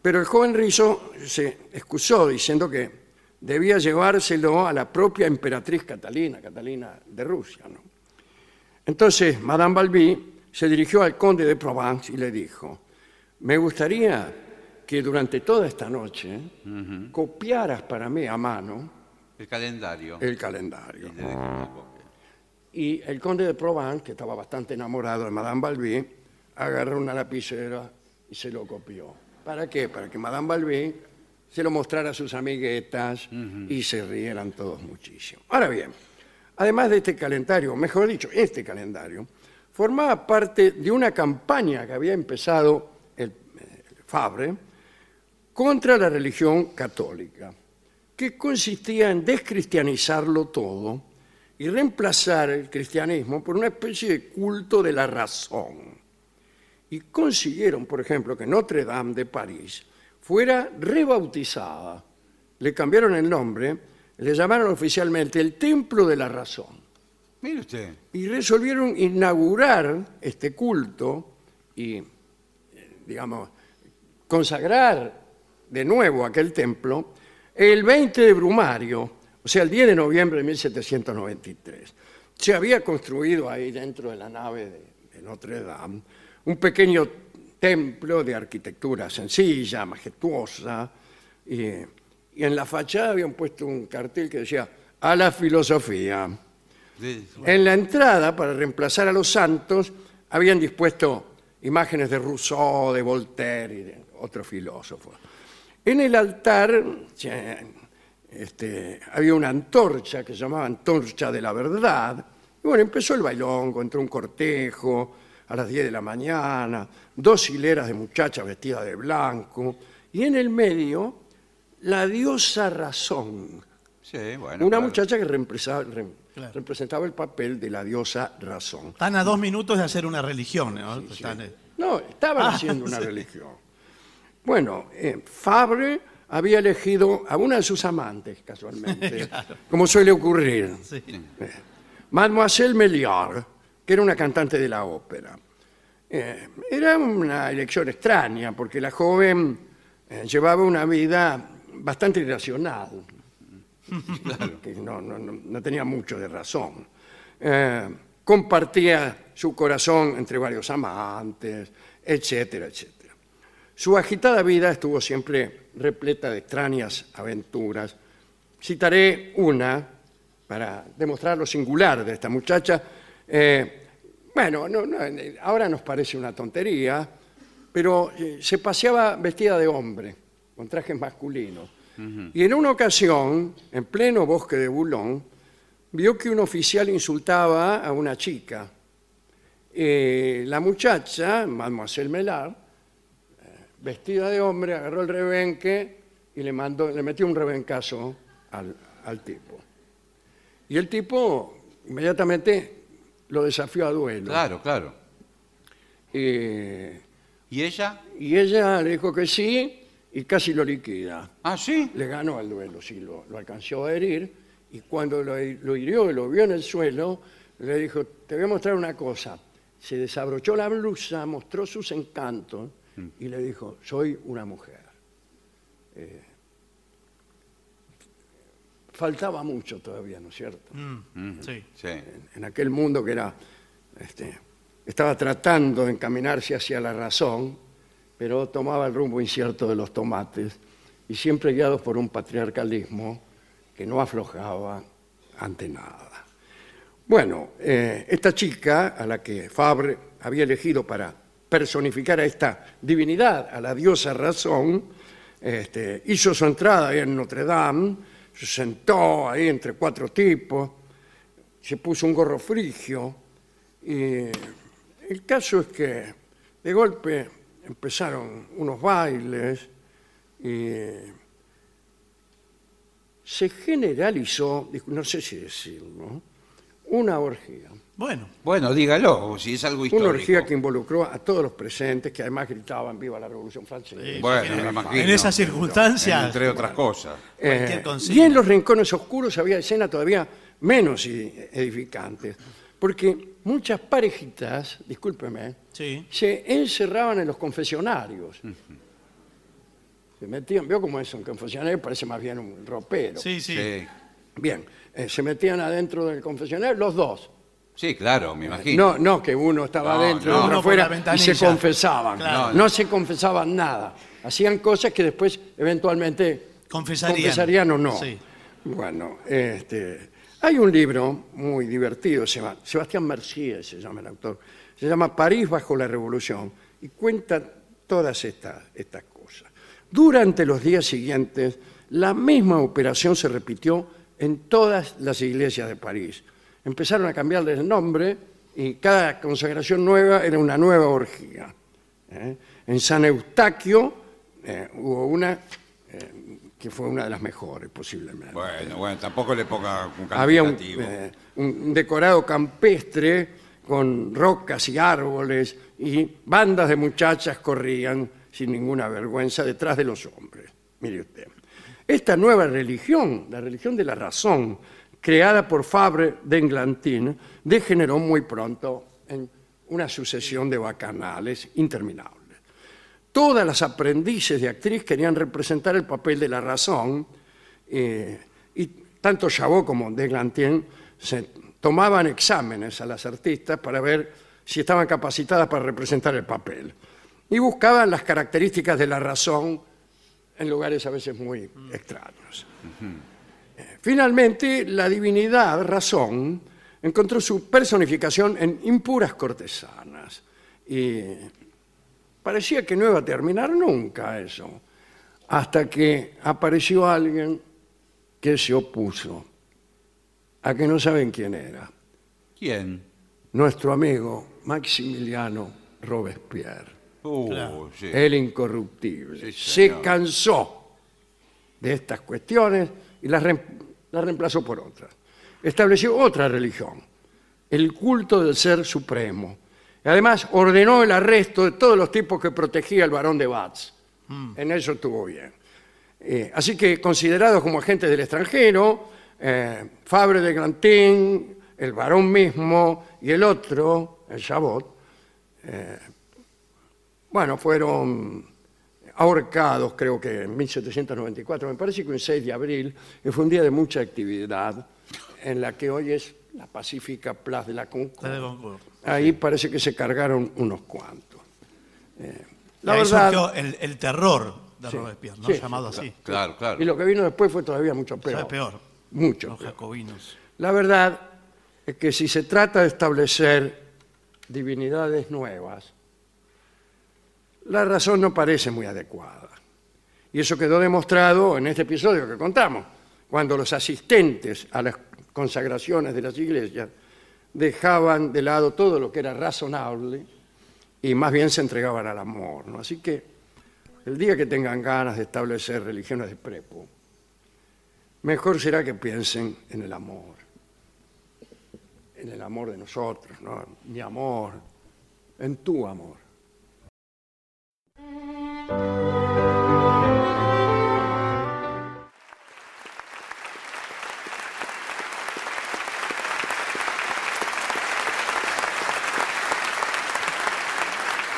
S4: Pero el joven Rizo se excusó diciendo que debía llevárselo a la propia emperatriz Catalina, Catalina de Rusia. ¿no? Entonces, Madame Balbi se dirigió al conde de Provence y le dijo, me gustaría que durante toda esta noche copiaras para mí a mano
S3: El calendario.
S4: el calendario.
S3: De-
S4: Y el conde de Provence, que estaba bastante enamorado de Madame Balbi, agarró una lapicera y se lo copió. ¿Para qué? Para que Madame Balbi se lo mostrara a sus amiguetas y se rieran todos muchísimo. Ahora bien, además de este calendario, mejor dicho, este calendario, formaba parte de una campaña que había empezado el, eh, el Fabre contra la religión católica, que consistía en descristianizarlo todo y reemplazar el cristianismo por una especie de culto de la razón y consiguieron, por ejemplo, que Notre Dame de París fuera rebautizada. Le cambiaron el nombre, le llamaron oficialmente el Templo de la Razón
S3: Mire usted.
S4: y resolvieron inaugurar este culto y, eh, digamos, consagrar de nuevo aquel templo el 20 de Brumario, o sea, el 10 de noviembre de 1793. Se había construido ahí dentro de la nave de, de Notre Dame un pequeño templo de arquitectura sencilla, majestuosa, y, eh, y en la fachada habían puesto un cartel que decía, a la filosofía.
S3: Sí.
S4: En la entrada, para reemplazar a los santos, habían dispuesto imágenes de Rousseau, de Voltaire y de otros filósofos. En el altar se- este, había una antorcha que se llamaba antorcha de la verdad. Y bueno, empezó el bailongo, entró un cortejo a las 10 de la mañana, dos hileras de muchachas vestidas de blanco, y en el medio la diosa razón
S3: Sí, bueno.
S4: una
S3: claro.
S4: muchacha que reemplaza- re-
S2: Claro.
S4: representaba el papel de la diosa razón.
S2: Están a dos minutos de hacer una religión, ¿no? Están, eh,
S4: No, estaba
S2: Ah,
S4: haciendo una
S2: sí.
S4: religión. Bueno, eh, Fabre había elegido a una de sus amantes, casualmente, como suele ocurrir,
S2: sí.
S4: Mademoiselle Melior, que era una cantante de la ópera. Eh, era una elección extraña, porque la joven eh, llevaba una vida bastante irracional. que no, no- no- no tenía mucho de razón. Eh, compartía su corazón entre varios amantes, etcétera, etcétera. Su agitada vida estuvo siempre repleta de extrañas aventuras. Citaré una para demostrar lo singular de esta muchacha. Eh, bueno, no- no, eh, ahora nos parece una tontería, pero eh, se paseaba vestida de hombre, con trajes masculinos. Y en una ocasión, en pleno bosque de Boulogne, vio que un oficial insultaba a una chica. Eh, la muchacha, Mademoiselle Melar, vestida de hombre, agarró el rebenque y le mandó, le metió un rebencazo al, al tipo. Y el tipo inmediatamente lo desafió a duelo.
S3: Claro, claro.
S4: Eh,
S3: ¿Y ella?
S4: y ella le dijo que sí y casi lo liquida.
S3: Ah, sí.
S4: Le ganó el duelo, sí, lo, lo alcanzó a herir y cuando lo, lo hirió y lo vio en el suelo, le dijo, te voy a mostrar una cosa. Se desabrochó la blusa, mostró sus encantos y le dijo, soy una mujer. Eh, faltaba mucho todavía, ¿no es cierto?
S2: Mm, sí.
S3: Sí.
S4: En aquel mundo que era, este, estaba tratando de encaminarse hacia la razón, pero tomaba el rumbo incierto de los tomates y siempre guiados por un patriarcalismo que no aflojaba ante nada. Bueno, eh, esta chica a la que Fabre había elegido para personificar a esta divinidad, a la diosa razón, este, hizo su entrada ahí en Notre Dame, se sentó ahí entre cuatro tipos, se puso un gorro frigio y el caso es que de golpe empezaron unos bailes y se generalizó, no sé si decirlo, una orgía.
S2: Bueno,
S3: Bueno, dígalo, si es algo histórico.
S4: Una orgía que involucró a todos los presentes, que además gritaban viva la Revolución Francesa.
S3: Bueno, me imagino.
S2: en esas circunstancias,
S6: Entre otras cosas.
S2: cualquier
S4: Eh,
S2: consigna.
S4: y en los rincones oscuros había escenas todavía menos i- edificantes, porque muchas parejitas, discúlpeme,
S2: Sí.
S4: se encerraban en los confesionarios. Se metían, veo cómo es un confesionario, parece más bien un ropero.
S2: sí, sí,
S3: Sí.
S4: Bien, eh, se metían adentro del confesionario los dos.
S3: Sí, claro, me imagino.
S4: No, no, que uno estaba
S3: No,
S4: adentro y
S3: no.
S4: otro
S2: Uno por la
S4: afuera y se
S2: ventanilla.
S4: confesaban.
S2: Claro.
S4: No se confesaban nada. Hacían cosas que después eventualmente
S2: Confesarían.
S4: o no.
S2: Sí.
S4: Bueno, este, hay un libro muy divertido, se llama- Sebastián Mercier se llama el autor, se llama París bajo la revolución y cuenta todas estas, estas cosas. Durante los días siguientes, la misma operación se repitió en todas las iglesias de París. Empezaron a cambiarles el nombre y cada consagración nueva era una nueva orgía. ¿eh? En San Eustaquio eh, hubo una eh, que fue una de las mejores, posiblemente.
S6: Bueno, bueno, tampoco le ponga un calificativo.
S4: Había un, eh, un decorado campestre con rocas y árboles y bandas de muchachas corrían sin ninguna vergüenza detrás de los hombres. Mire usted. Esta nueva religión, la religión de la razón, creada por Fabre de Englantín, degeneró muy pronto en una sucesión de bacanales interminables. Todas las aprendices de actriz querían representar el papel de la razón eh, y tanto Chabot como Deglantien se tomaban exámenes a las artistas para ver si estaban capacitadas para representar el papel y buscaban las características de la razón en lugares a veces muy extraños. Eh, Finalmente, la divinidad, razón, encontró su personificación en impuras cortesanas y Parecía que no iba a terminar nunca eso, hasta que apareció alguien que se opuso, a que no saben quién era,
S3: ¿Quién?
S4: nuestro amigo Maximiliano Robespierre,
S3: Uh,
S2: Claro.
S3: sí.
S4: el
S3: Sí,
S4: incorruptible. se
S3: señor.
S4: cansó de estas cuestiones y las rem- las reemplazó por otras. Estableció otra religión, el culto del ser supremo. Y además ordenó el arresto de todos los tipos que protegía el varón de Batz.
S3: Mm.
S4: En eso estuvo bien. Eh, así que considerados como agentes del extranjero, eh, Fabre de Grantín, el varón mismo y el otro, el Chabot, eh, bueno, fueron ahorcados creo que en 1794, me parece que un 6 de abril, que fue un día de mucha actividad, en la que hoy es la pacífica Plaza de la Concordia.
S2: Dale, Goncourt.
S4: Ahí parece que se cargaron unos cuantos. Eh, la
S2: Ahí
S4: verdad,
S2: surgió el, el terror de Robespierre, ¿no?
S4: sí, sí,
S2: Llamado así.
S3: Claro, claro.
S4: y lo que vino después fue todavía mucho peor.
S2: Sabe peor.
S4: Mucho.
S2: Los
S4: peor.
S2: jacobinos.
S4: La verdad es que si se trata de establecer divinidades nuevas, la razón no parece muy adecuada. Y eso quedó demostrado en este episodio que contamos, cuando los asistentes a las consagraciones de las iglesias dejaban de lado todo lo que era razonable y más bien se entregaban al amor. ¿no? Así que el día que tengan ganas de establecer religiones de prepo, mejor será que piensen en el amor, en el amor de nosotros, ¿no? mi amor, en tu amor.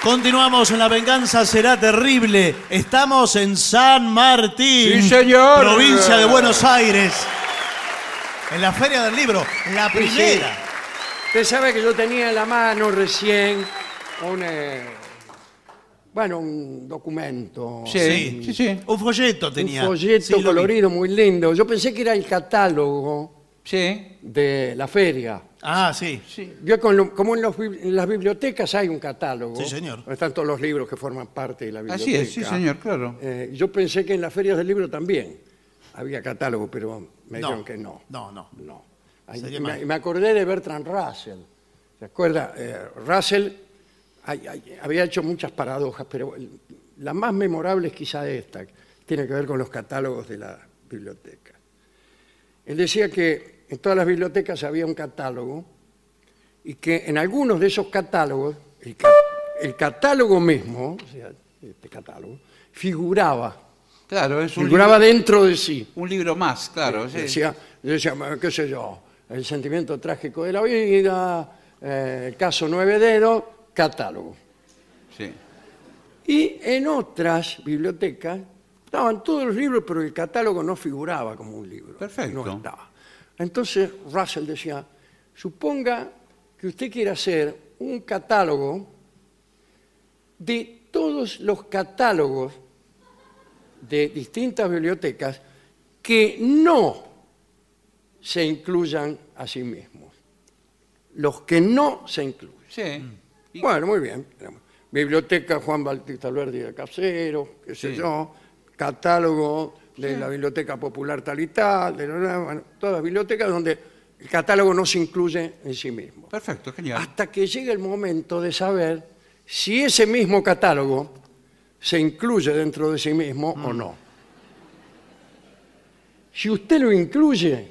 S2: Continuamos en La Venganza Será Terrible. Estamos en San Martín.
S6: Sí, señor.
S2: Provincia de Buenos Aires. En la Feria del Libro. La
S4: Sí, sí.
S2: primera.
S4: Usted sabe que yo tenía en la mano recién un, eh, bueno, un documento,
S2: Sí.
S3: sí, sí.
S2: Un folleto
S4: un
S2: tenía. Sí,
S4: folleto
S2: lo vi.
S4: colorido muy lindo. Yo pensé que era el catálogo
S3: Sí.
S4: de la feria.
S2: Ah, sí.
S4: Vio con lo- como en, los bibli- en las bibliotecas hay un catálogo.
S2: Sí, señor.
S4: Donde están todos los libros que forman parte de la biblioteca.
S3: Así es, sí, señor, claro.
S4: Eh, yo pensé que en las ferias del libro también había catálogo, pero me
S2: No,
S4: dijeron que no.
S2: no, no.
S4: No. Ahí-
S2: Sería
S4: y me,
S2: mal.
S4: y me acordé de Bertrand Russell. ¿Se acuerda? Eh, Russell ay, ay, había hecho muchas paradojas, pero el- la más memorable es quizá esta. que Tiene que ver con los catálogos de la biblioteca. Él decía que en todas las bibliotecas había un catálogo y que en algunos de esos catálogos, el, ca- el catálogo mismo, o sea, este catálogo, figuraba,
S3: Claro, es un
S4: figuraba dentro de Eh, sí.
S3: Un libro más, claro. sí.
S4: Decía, decía, qué sé yo, el sentimiento trágico de la vida, eh, el caso nueve dedos, catálogo.
S3: Sí.
S4: Y en otras bibliotecas estaban todos los libros, pero el catálogo no figuraba como un libro.
S3: Perfecto.
S4: No estaba. Entonces Russell decía, suponga que usted quiera hacer un catálogo de todos los catálogos de distintas bibliotecas que no se incluyan a sí mismos. Los que no se incluyen.
S2: Mm.
S3: Sí. Y-
S4: Bueno, muy bien. Biblioteca Juan Bautista Alberdi de Casero, qué sé
S3: Sí.
S4: yo, catálogo de la Biblioteca Popular tal y tal, de la- bueno, todas las bibliotecas donde el catálogo no se incluye en sí mismo.
S6: Perfecto, genial.
S4: Hasta que llegue el momento de saber si ese mismo catálogo se incluye dentro de sí mismo o
S3: Mm.
S4: no. Si usted lo incluye,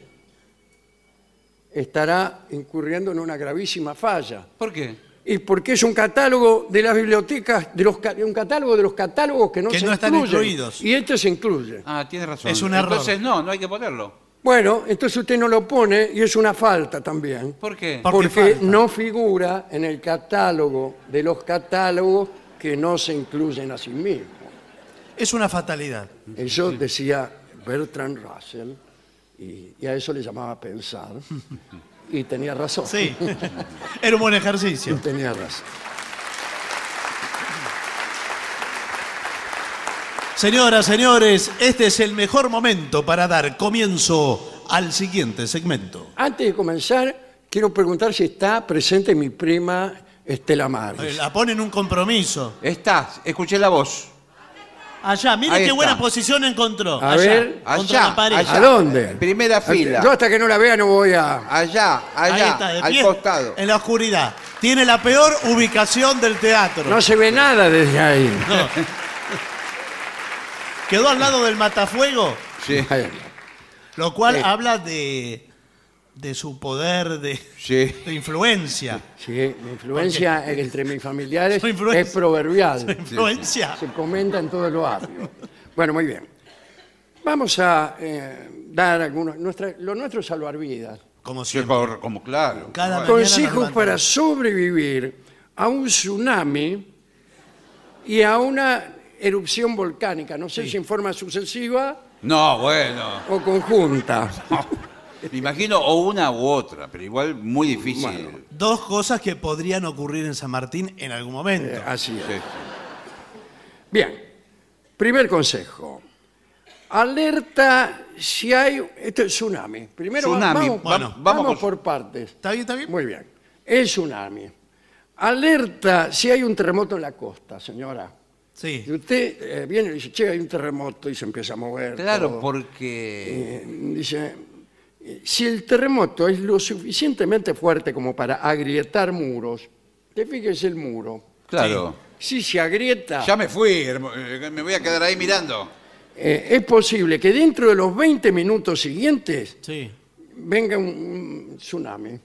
S4: estará incurriendo en una gravísima falla.
S3: ¿Por qué?
S4: Y porque es un catálogo de las bibliotecas, de los, ca- un catálogo de los catálogos que no
S2: Que
S4: se
S2: no están
S4: incluyen.
S2: incluidos.
S4: Y este se incluye.
S3: Ah, tiene razón.
S2: Es un error.
S3: Entonces no, no hay que ponerlo.
S4: Bueno, entonces usted no lo pone y es una falta también.
S3: ¿Por qué?
S2: Por-
S4: Porque,
S2: Porque falta.
S4: no figura en el catálogo de los catálogos que no se incluyen a sí mismos.
S2: Es una fatalidad.
S4: Eso decía Bertrand Russell y, y a eso le llamaba pensar. Y tenía razón.
S2: Sí. Era un buen ejercicio.
S4: Tenía razón.
S2: Señoras, señores, este es el mejor momento para dar comienzo al siguiente segmento.
S4: Antes de comenzar, quiero preguntar si está presente mi prima Estela Maris.
S2: La ponen un compromiso.
S3: Está, escuché la voz.
S2: Allá, mire
S3: Ahí
S2: qué
S3: está.
S2: buena posición encontró.
S4: A
S2: allá,
S4: ver.
S2: contra
S3: Allá,
S2: la pared.
S4: ¿A
S3: allá.
S4: dónde?
S3: Primera fila.
S4: Yo hasta que no la vea no voy a...
S2: Ah.
S3: Allá,
S2: Ahí
S3: allá,
S2: está, de
S3: al
S2: pie, Eh.
S3: costado.
S2: En la oscuridad. Tiene la peor ubicación del teatro.
S4: No se ve nada desde ahí.
S2: No. Quedó al lado del matafuego,
S3: Sí,
S2: lo cual
S3: Sí.
S2: habla de, de su poder de,
S3: sí.
S2: de influencia.
S4: Sí, mi influencia entre mis familiares
S2: Su influencia.
S4: es proverbial.
S2: Influencia.
S4: Se comenta en todos los barrios. Bueno, muy bien. Vamos a eh, dar algunos. nuestra- lo nuestro es salvar vidas.
S2: Como
S6: Sí,
S2: siempre.
S6: cor- como claro.
S2: Cada mañana nos
S4: Consejos
S2: levantamos.
S4: para sobrevivir a un tsunami y a una erupción volcánica. No sé si en forma sucesiva
S6: No, bueno.
S4: o conjunta.
S3: Me imagino o una u otra, pero igual muy difícil.
S2: Dos cosas que podrían ocurrir en San Martín en algún momento.
S4: Eh, Así es.
S3: Sí.
S4: Bien, primer consejo. Alerta si hay... Esto es tsunami. Primero va-
S3: Tsunami,
S4: vamos,
S3: bueno,
S4: vamos
S3: vamos con-
S4: por partes.
S2: ¿Está bien, está bien?
S4: Muy bien. El tsunami. Alerta si hay un terremoto en la costa, señora. Si
S2: Sí.
S4: usted eh, viene y dice, che, hay un terremoto y se empieza a mover.
S3: Claro,
S4: todo.
S3: porque
S4: Eh, dice, eh, si el terremoto es lo suficientemente fuerte como para agrietar muros, te fíjese el muro.
S3: claro.
S4: Si se agrieta...
S6: Ya me fui.
S3: hermo- eh, Me voy a quedar ahí mirando.
S4: Eh, es posible que dentro de los 20 minutos siguientes
S2: Sí.
S4: venga un, un tsunami.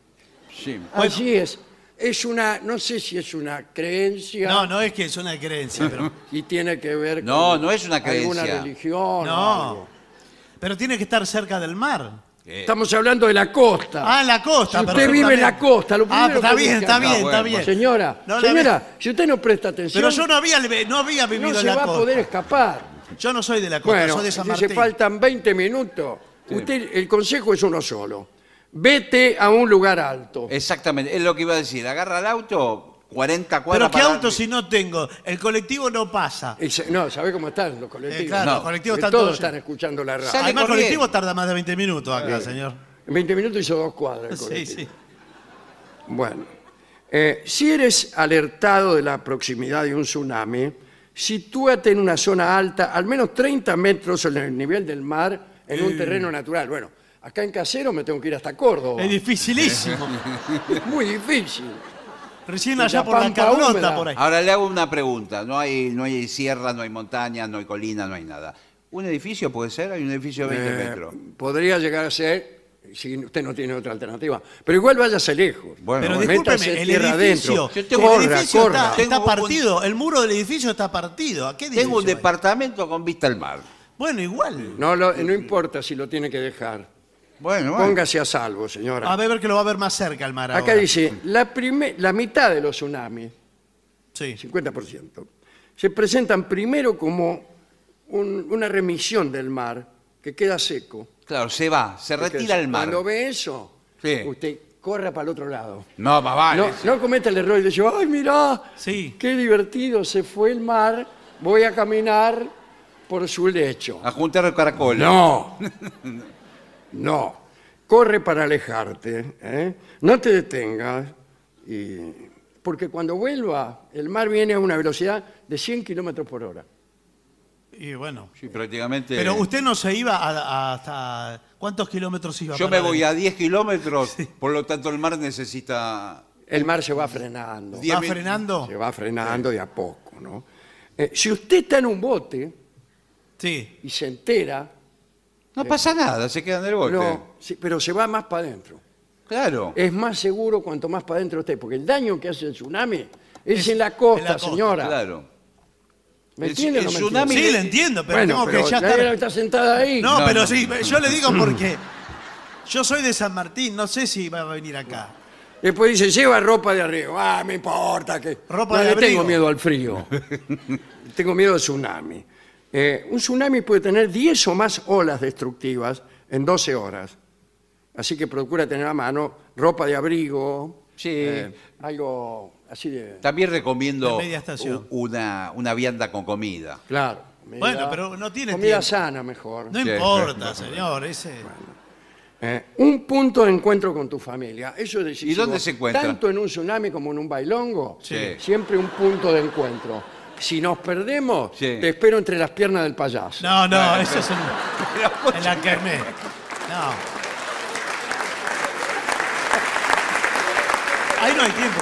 S3: Sí.
S4: Así es. Es una, no sé si es una creencia,
S2: No, no es que es una creencia, pero,
S4: si tiene que ver
S3: No,
S4: con
S3: no es una
S4: alguna
S3: creencia.
S4: religión. o
S2: No.
S4: algo.
S2: pero tiene que estar cerca del mar.
S3: Eh,
S4: Estamos hablando de la costa.
S2: Ah, en la costa.
S4: Si usted vive en la
S2: perfectamente.
S4: costa, lo
S2: Ah,
S4: primero
S2: está
S4: que
S2: bien,
S4: busca-
S2: está bien,
S3: Ah,
S2: está
S3: bueno,
S2: bien.
S4: Señora,
S2: No, la-
S4: señora, si usted no presta atención,
S2: Pero yo no había, no había
S4: no
S2: vivido
S4: se
S2: en la
S4: va a
S2: costa.
S4: poder escapar.
S2: Yo no soy de la costa,
S4: Bueno,
S2: soy de San
S4: dice,
S2: Martín.
S4: faltan 20 minutos. Usted, el consejo es uno solo. Vete a un lugar alto.
S2: Eh.
S3: Exactamente, es lo que iba a decir. Agarra el auto, 40 cuadras.
S2: Pero qué
S3: para-
S2: auto si no tengo. El colectivo no pasa.
S4: Y se- No, ¿sabés cómo están los colectivos?
S2: Eh, claro,
S3: No.
S2: los colectivos
S4: Que
S2: están
S4: todos
S2: todos.
S4: están escuchando la radio.
S3: Sale
S2: Además, el
S3: corriendo.
S2: colectivo tarda más de 20 minutos acá, señor.
S4: En 20 minutos hizo dos cuadras. el
S2: Sí,
S4: colectivo.
S2: sí.
S4: Bueno, eh, si eres alertado de la proximidad de un tsunami, sitúate en una zona alta, al menos 30 metros en el nivel del mar, en
S3: Eh.
S4: un terreno natural. Bueno, acá en Casero me tengo que ir hasta Córdoba.
S2: Es dificilísimo.
S4: Es muy difícil.
S2: Recién
S4: La
S2: allá por la
S4: pampa
S2: Carlota,
S4: húmeda.
S2: por ahí.
S3: Ahora le hago una pregunta. No hay, no hay sierra, no hay montaña, no hay colina, no hay nada. ¿Un edificio puede ser? Hay un edificio de 20
S4: Eh,
S3: metros.
S4: podría llegar a ser, si usted no tiene otra alternativa. Pero igual váyase lejos.
S3: Bueno,
S2: Pero
S3: bueno.
S4: métase
S2: discúlpeme, el
S4: tierra
S2: edificio,
S4: adentro.
S3: Yo
S2: el
S3: tengo-
S4: Corra,
S2: edificio
S4: corra.
S2: está, está
S3: Tengo un-
S2: partido, el muro del edificio está partido. ¿A qué edificio
S3: Tengo un
S2: hay?
S3: departamento con vista al mar.
S2: Bueno, igual.
S4: No, lo- no importa si lo tiene que dejar.
S3: Bueno, bueno.
S4: Póngase a salvo, señora.
S2: A ver que lo va a ver más cerca el mar
S4: Acá
S2: ahora.
S4: dice, la, prime- la mitad de los tsunamis,
S2: Sí.
S4: 50%, se presentan primero como un- una remisión del mar que queda seco.
S3: Claro, se va, se retira al mar.
S4: Cuando ve eso,
S6: Sí.
S4: usted corra para el otro lado.
S6: No, más
S3: Ah,
S6: vale.
S4: No, no cometa el error de decir, ay, mirá,
S2: Sí.
S4: qué divertido, se fue el mar, voy a caminar por su lecho.
S3: A juntar caracoles.
S4: No, no, corre para alejarte, ¿eh? no te detengas, y- porque cuando vuelva, el mar viene a una velocidad de 100 kilómetros por hora.
S2: Y bueno.
S3: Sí, prácticamente.
S2: Pero usted no se iba a- a- hasta. ¿Cuántos kilómetros iba?
S3: Yo
S2: para
S3: me voy
S2: adentro?
S3: a 10 kilómetros, por lo tanto el mar necesita.
S4: El mar se va frenando.
S3: Diez
S2: ¿Va
S3: mil-
S2: frenando?
S4: Se va frenando de a poco, ¿no? Eh, si usted está en un bote
S2: Sí.
S4: y se entera,
S3: No pasa nada, se queda en el bote.
S4: no, sí, pero se va más para adentro.
S3: Claro.
S4: Es más seguro cuanto más para adentro esté, porque el daño que hace el tsunami es, en la costa,
S2: en la costa,
S4: señora.
S3: Claro.
S4: ¿Me
S3: El-
S4: entiende o
S3: el
S4: no me
S3: tsunami-
S4: entiende?
S2: Sí, le entiendo, pero
S4: bueno,
S2: tengo
S4: pero
S2: que ya
S4: la señora
S2: estar.
S4: está sentada ahí.
S2: No,
S3: No,
S2: pero
S3: no.
S2: sí, yo le digo porque. Yo soy de San Martín, no sé si va a venir acá.
S4: Después dice, lleva ropa de arriba. Ah, me importa que.
S2: Ropa
S4: no
S2: de
S4: le tengo
S2: abrigo.
S4: miedo al frío. tengo miedo al tsunami. Eh, un tsunami puede tener 10 o más olas destructivas en 12 horas. Así que procura tener a mano ropa de abrigo. eh,
S3: Sí.
S4: algo así de.
S3: También recomiendo
S2: De media estación.
S3: u- una, una vianda con comida.
S4: Claro.
S2: Bueno, pero no tiene
S4: Comida
S2: tiempo.
S4: sana mejor.
S2: No
S3: Sí,
S2: importa, señor. Ese...
S4: Eh, un punto de encuentro con tu familia. Eso es decisivo.
S3: ¿Y dónde se encuentra?
S4: Tanto en un tsunami como en un bailongo.
S3: Sí.
S4: Siempre un punto de encuentro. Si nos perdemos,
S3: Sí.
S4: te espero entre las piernas del payaso.
S2: No, no, eso es en, en la carné. No. Ahí no hay tiempo.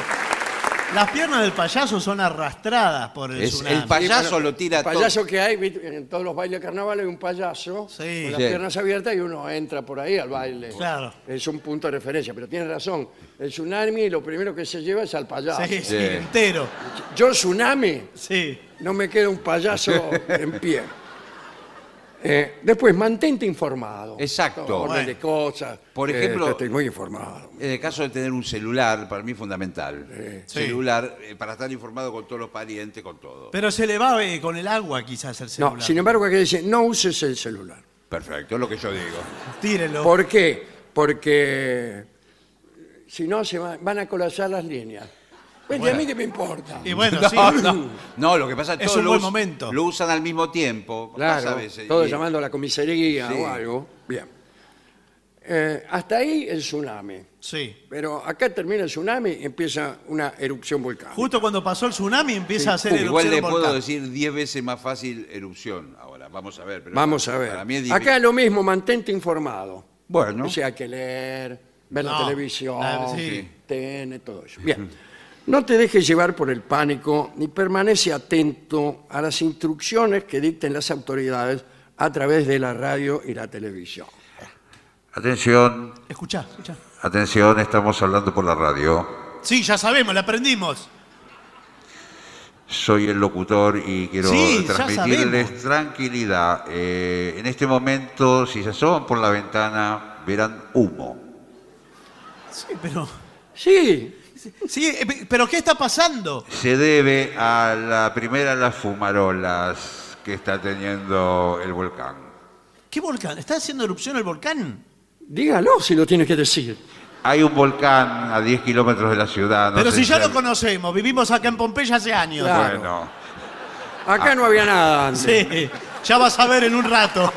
S2: Las piernas del payaso son arrastradas por el
S3: Es-
S2: tsunami.
S3: el payaso
S4: Pero
S3: lo tira
S4: El
S3: todo.
S4: payaso que hay, ¿viste? en todos los bailes de carnaval hay un payaso
S2: Sí.
S4: con las
S3: Sí.
S4: piernas abiertas y uno entra por ahí al baile.
S2: Claro.
S4: Es un punto de referencia, pero tiene razón. El tsunami lo primero que se lleva es al payaso.
S2: Sí, sí,
S3: Sí.
S2: entero.
S4: Yo tsunami,
S2: Sí.
S4: no me queda un payaso en pie. Eh, después, mantente informado.
S3: Exacto.
S4: Orden de
S2: Bueno.
S4: cosas.
S3: Por
S4: Eh,
S3: ejemplo-
S4: estoy muy informado.
S3: En el caso de tener un celular, para mí es fundamental.
S2: Sí.
S3: Celular, eh, para estar informado con todos los parientes, con todo.
S2: Pero se le va eh, con el agua quizás el celular.
S4: No, sin embargo, aquí dice, no uses el celular.
S3: Perfecto, es lo que yo digo.
S2: Tírelo.
S4: ¿Por qué? Porque si no, se va- van a colapsar las líneas. Vete, a mí que me importa.
S2: Y bueno, sí.
S3: No, no, no, lo que pasa es que
S2: Es
S3: todos
S2: un
S3: lo
S2: buen
S3: us-
S2: momento.
S3: Lo usan al mismo tiempo. pasa a
S4: Claro,
S3: veces,
S4: todos
S3: eh, y-
S4: llamando a la comisaría
S3: Sí.
S4: o algo. Bien. Eh, hasta ahí el tsunami.
S2: Sí.
S4: Pero acá termina el tsunami y empieza una erupción volcánica.
S2: Justo cuando pasó el tsunami empieza a hacer
S3: Uh,
S2: erupción
S3: igual le
S2: el
S3: puedo
S2: volcán.
S3: decir 10 veces más fácil erupción ahora. Vamos a ver. pero
S4: Vamos
S3: para-
S4: a ver.
S3: para mí es difícil.
S4: Acá lo mismo, mantente informado.
S3: Bueno.
S4: O sea, hay que leer, ver la
S2: No,
S4: televisión,
S3: Ah,
S2: la- sí.
S4: TN, todo eso. Bien. No te dejes llevar por el pánico ni permanece atento a las instrucciones que dicten las autoridades a través de la radio y la televisión.
S7: Atención,
S2: Escuchá, escuchá.
S7: atención, estamos hablando por la radio.
S2: Sí, ya sabemos, la aprendimos.
S7: Soy el locutor y quiero
S2: Sí, ya
S7: transmitirles
S2: sabemos.
S7: tranquilidad. Eh, en este momento, si se asoman por la ventana, verán humo.
S2: Sí, pero...
S4: Sí,
S2: Sí, eh, pe- pero ¿qué está pasando?
S7: Se debe a la primera de las fumarolas que está teniendo el volcán.
S2: ¿Qué volcán? ¿Está haciendo erupción el volcán?
S4: dígalo si lo tienes que decir.
S7: Hay un volcán a 10 kilómetros de la
S4: Ah,
S7: ciudad. no
S2: Pero
S7: sé
S2: si ya lo
S7: el-
S2: conocemos, vivimos acá en Pompeya hace años.
S4: Claro.
S7: Bueno,
S3: Ah.
S4: Acá no había nada antes.
S2: Sí, ya vas a ver en un rato.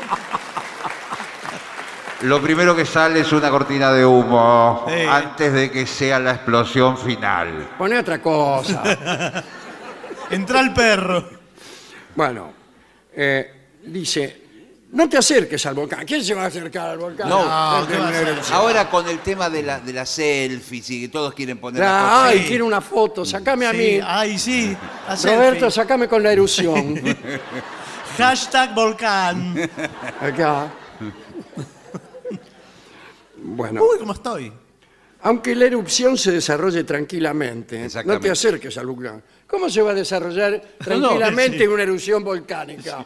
S7: lo primero que sale es una cortina de humo
S2: Sí.
S7: antes de que sea la explosión final.
S4: Poné otra cosa.
S2: Entra el perro.
S4: Bueno, eh, dice, no te acerques al volcán. ¿Quién se va a acercar al volcán? Ah,
S3: No,
S2: No, ¿qué va a hacer?
S3: Ahora con el tema de, la, de las selfies y que todos quieren poner las
S4: Claro, ay,
S2: Sí.
S4: quiero una foto, sacame a
S2: Sí,
S4: mí.
S2: ay, sí. a selfie.
S4: Roberto, sacame con la erupción.
S2: Hashtag volcán.
S4: Acá. Bueno,
S2: Uy, ¿cómo estoy?
S4: aunque la erupción se desarrolle tranquilamente, no
S3: Exactamente.
S4: te acerques al volcán. ¿Cómo se va a desarrollar tranquilamente
S2: sí.
S4: una erupción volcánica?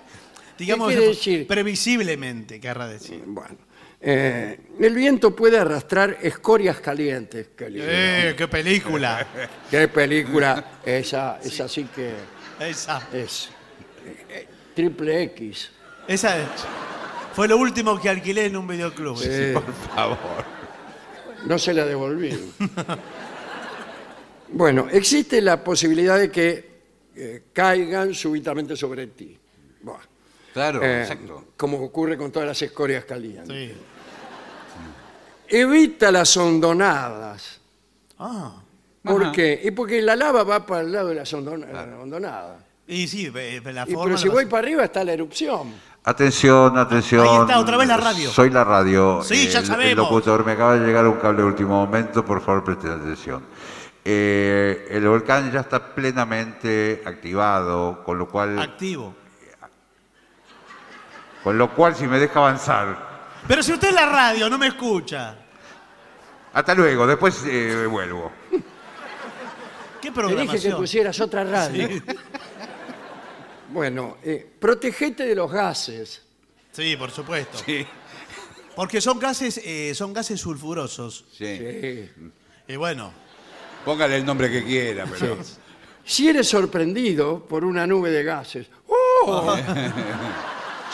S2: Digamos,
S4: quiere decir?
S2: previsiblemente, querrá decir.
S4: Bueno, eh, el viento puede arrastrar escorias calientes. Qué, lindo.
S2: ¡Eh, qué película!
S4: Qué película esa, esa sí que
S2: Esa,
S4: es eh, eh, triple X.
S2: esa es- fue lo último que alquilé en un videoclub.
S4: Eh, No se la devolví. bueno, existe la posibilidad de que eh, caigan súbitamente sobre ti. Buah.
S3: Claro,
S4: Eh,
S3: exacto.
S4: Como ocurre con todas las escorias calientes.
S2: Sí.
S4: Evita las hondonadas.
S2: Ah,
S4: ¿Por qué? Y porque la lava va para el lado de las hondon- hondonadas.
S2: Y sí, ve- ve la
S4: Y,
S2: forma.
S4: pero
S2: no
S4: si
S2: va a
S4: voy
S2: ser-
S4: para arriba está la erupción.
S7: Atención, atención.
S2: Ahí está, otra vez la radio.
S7: Soy la radio.
S2: Sí, ya
S7: el, El
S2: sabemos.
S7: locutor, me acaba de llegar un cable de último momento, por favor presten atención. Eh, el volcán ya está plenamente activado, con lo cual,
S2: Activo.
S7: con lo cual si me deja avanzar.
S2: Pero si usted es la radio, no me escucha.
S7: Hasta luego, después eh, vuelvo.
S2: ¿Qué
S4: Te dije que
S2: programación?
S4: pusieras otra radio. Bueno, eh, protegete de los gases.
S2: Sí, por supuesto. Porque son gases, eh, son gases sulfurosos.
S6: Sí.
S4: Eh,
S2: Y bueno,
S6: Póngale el nombre que quiera, pero.
S4: si eres sorprendido por una nube de gases, ¡oh!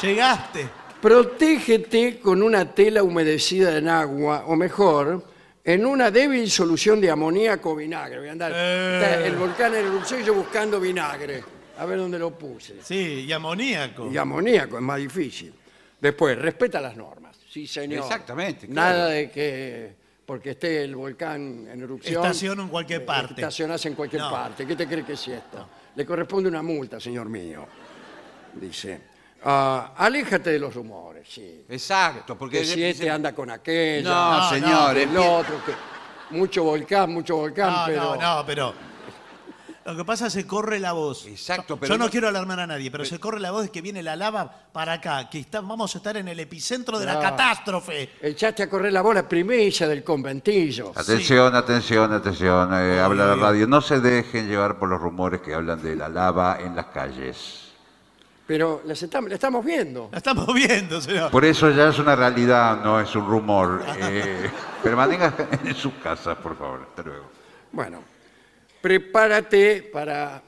S2: llegaste.
S4: protégete con una tela humedecida en agua, o mejor, en una débil solución de amoníaco o vinagre. Voy a andar.
S2: Eh.
S4: está el volcán en erupción y yo buscando vinagre. A ver dónde lo puse.
S2: Sí, y amoníaco.
S4: Y amoníaco es más difícil. Después, respeta las normas. Sí, señor.
S3: Exactamente, claro.
S4: Nada de que porque esté el volcán en erupción.
S2: Estaciono en cualquier
S4: eh,
S2: parte.
S4: Estacionás en cualquier
S2: No.
S4: parte. ¿Qué te cree que es esto? Le corresponde una multa, señor mío. Dice. "Ah, aléjate de los rumores, sí.
S3: Exacto, porque
S4: Que si este anda con aquella.
S3: No,
S2: No,
S3: señor,
S4: que
S3: es
S4: el
S3: bien-
S4: otro, que mucho volcán, mucho volcán,
S2: No,
S4: pero.
S2: no, no, pero. Lo que pasa es que se corre la voz.
S3: Exacto,
S2: Yo-
S3: pero
S2: Yo no,
S3: no-
S2: quiero alarmar a nadie, pero se corre la voz de que viene la lava para acá, que está- vamos a estar en el epicentro de la
S4: No.
S2: catástrofe.
S4: Echaste a correr la bola primicia del conventillo.
S7: Atención, atención, atención, eh, habla la radio. No se dejen llevar por los rumores que hablan de la lava en las calles.
S4: Pero las estamos, la estamos viendo.
S2: La estamos viendo, señor.
S7: Por eso ya es una realidad, no es un rumor. Eh, permanezcan en sus casas, por favor. Hasta luego.
S4: Bueno, prepárate para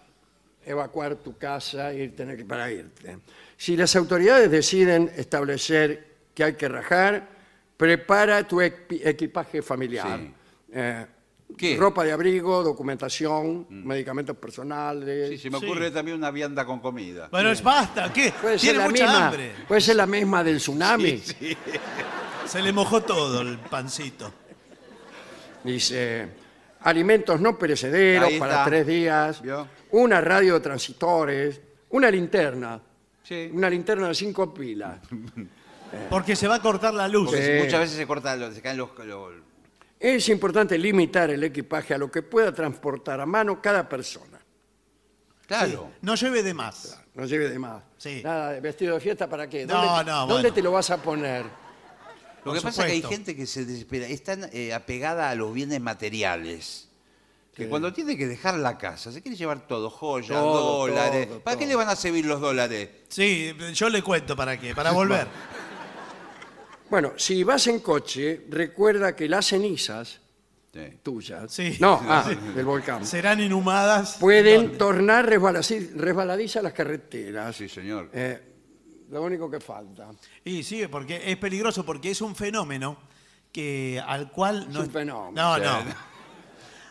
S4: evacuar tu casa y tener que para irte. Si las autoridades deciden establecer que hay que rajar, prepara tu equi- equipaje familiar.
S3: Sí.
S4: Eh,
S3: ¿Qué? Mm.
S4: Ropa de abrigo, documentación, medicamentos personales.
S3: Sí, se me ocurre
S2: Sí.
S3: también una vianda con comida.
S2: Bueno, es basta, ¿qué?
S4: Puede ser,
S2: Tiene
S4: la
S2: mucha
S4: misma,
S2: hambre.
S4: puede ser la misma del tsunami.
S2: Se le mojó todo el pancito.
S4: Dice, alimentos no perecederos
S3: Ahí
S4: para
S3: está.
S4: tres días,
S3: ¿Vio?
S4: una radio de transitores, una linterna,
S3: Sí.
S4: una linterna de cinco pilas.
S2: Porque se va a cortar la luz.
S4: Sí.
S3: Porque muchas veces se corta, lo- se caen los, los-
S4: Es importante limitar el equipaje a lo que pueda transportar a mano cada persona.
S3: Claro.
S2: No lleve de más.
S4: No lleve de más.
S2: Sí.
S4: Nada, de vestido de fiesta para qué.
S2: No,
S4: ¿Dónde,
S2: no,
S4: ¿dónde
S2: bueno.
S4: te lo vas a poner?
S3: Lo
S2: Por
S3: que pasa es que hay
S2: supuesto.
S3: gente que se desespera, es tan eh, apegada a los bienes materiales. Que cuando tiene que dejar la casa, se quiere llevar todo, joyas,
S4: Todo,
S3: dólares.
S4: todo,
S3: ¿Para qué le van a servir los dólares?
S2: Sí, yo le cuento para qué, para volver.
S4: Bueno, si vas en coche, recuerda que las cenizas
S3: Sí.
S4: tuyas,
S2: Sí.
S4: no, ah, del volcán,
S2: Serán inhumadas.
S4: pueden
S2: ¿Dónde?
S4: tornar resbaladiz- resbaladizas las carreteras.
S3: Sí, señor.
S4: Eh, lo único que falta.
S2: Y sí, porque es peligroso, porque es un fenómeno que al cual no
S4: un fenómeno.
S2: No,
S3: Sí.
S2: no.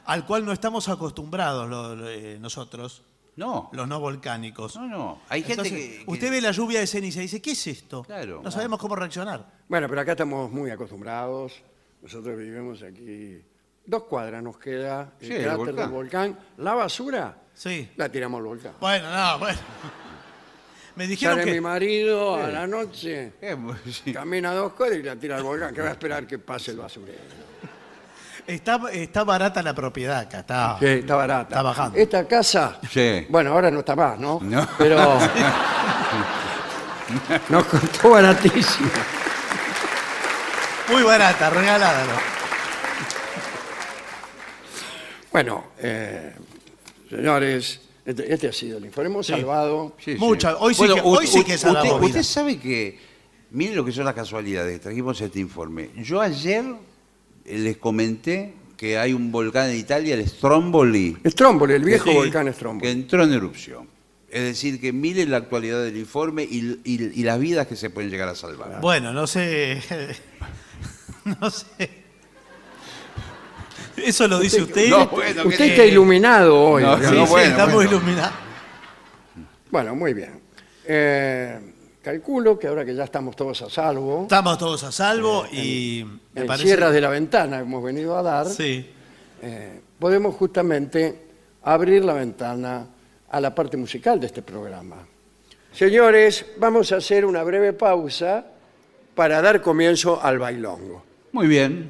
S2: Al cual no estamos acostumbrados lo- lo- eh, nosotros,
S3: No,
S2: los no volcánicos.
S3: no, no. Hay gente
S2: Entonces,
S3: que, que-
S2: usted ve la lluvia de ceniza y dice, ¿qué es esto?
S3: Claro.
S2: No sabemos cómo reaccionar.
S4: Bueno, pero acá estamos muy acostumbrados. Nosotros vivimos aquí. Dos cuadras nos queda el
S3: Sí, el
S4: cráter del
S3: volcán. Oh,
S4: volcán. La basura
S2: Sí.
S4: la tiramos al volcán.
S2: Bueno, no, bueno. Me dijeron
S4: Sale mi
S2: que...
S4: marido a la noche,
S3: Eh, sí.
S4: camina dos cuadras y la tira al volcán. Que va a esperar que pase el basurero.
S2: Está, está barata la propiedad acá, está.
S4: Ah, Sí, está barata.
S2: Está bajando.
S4: Esta casa.
S3: Sí.
S4: Bueno, ahora no está más, ¿no?
S3: No.
S4: Pero. nos costó baratísimo.
S2: Muy barata, regalada. ¿no?
S4: Bueno, eh, señores, este, este ha sido el informe. Hemos salvado.
S3: Sí, sí.
S2: Mucha- hoy sí que- hoy sí que es a la
S3: usted,
S2: movida.
S3: usted sabe que, miren lo que son las casualidades, trajimos este informe. Yo ayer eh, les comenté que hay un volcán en Italia, el Stromboli,
S4: Stromboli, el viejo
S2: Sí.
S4: volcán Stromboli.
S3: que entró en erupción. Es decir, que miren la actualidad del informe y, y- y las vidas que se pueden llegar a salvar.
S2: Bueno, no sé. No sé. Eso lo dice usted.
S3: No, bueno,
S4: Usted
S3: que-
S4: está iluminado hoy.
S3: No,
S2: Sí,
S4: ¿no?
S2: sí,
S3: no, bueno,
S2: está muy
S3: bueno.
S2: iluminado.
S4: Bueno, muy bien. Eh, calculo que ahora que ya estamos todos a salvo,
S2: Estamos todos a
S3: Eh,
S2: salvo y me
S4: en
S2: parece.
S4: Sierras de la Ventana que hemos venido a dar,
S2: Sí.
S4: podemos justamente abrir la ventana a la parte musical de este programa. Señores, vamos a hacer una breve pausa para dar comienzo al bailongo.
S3: Muy bien.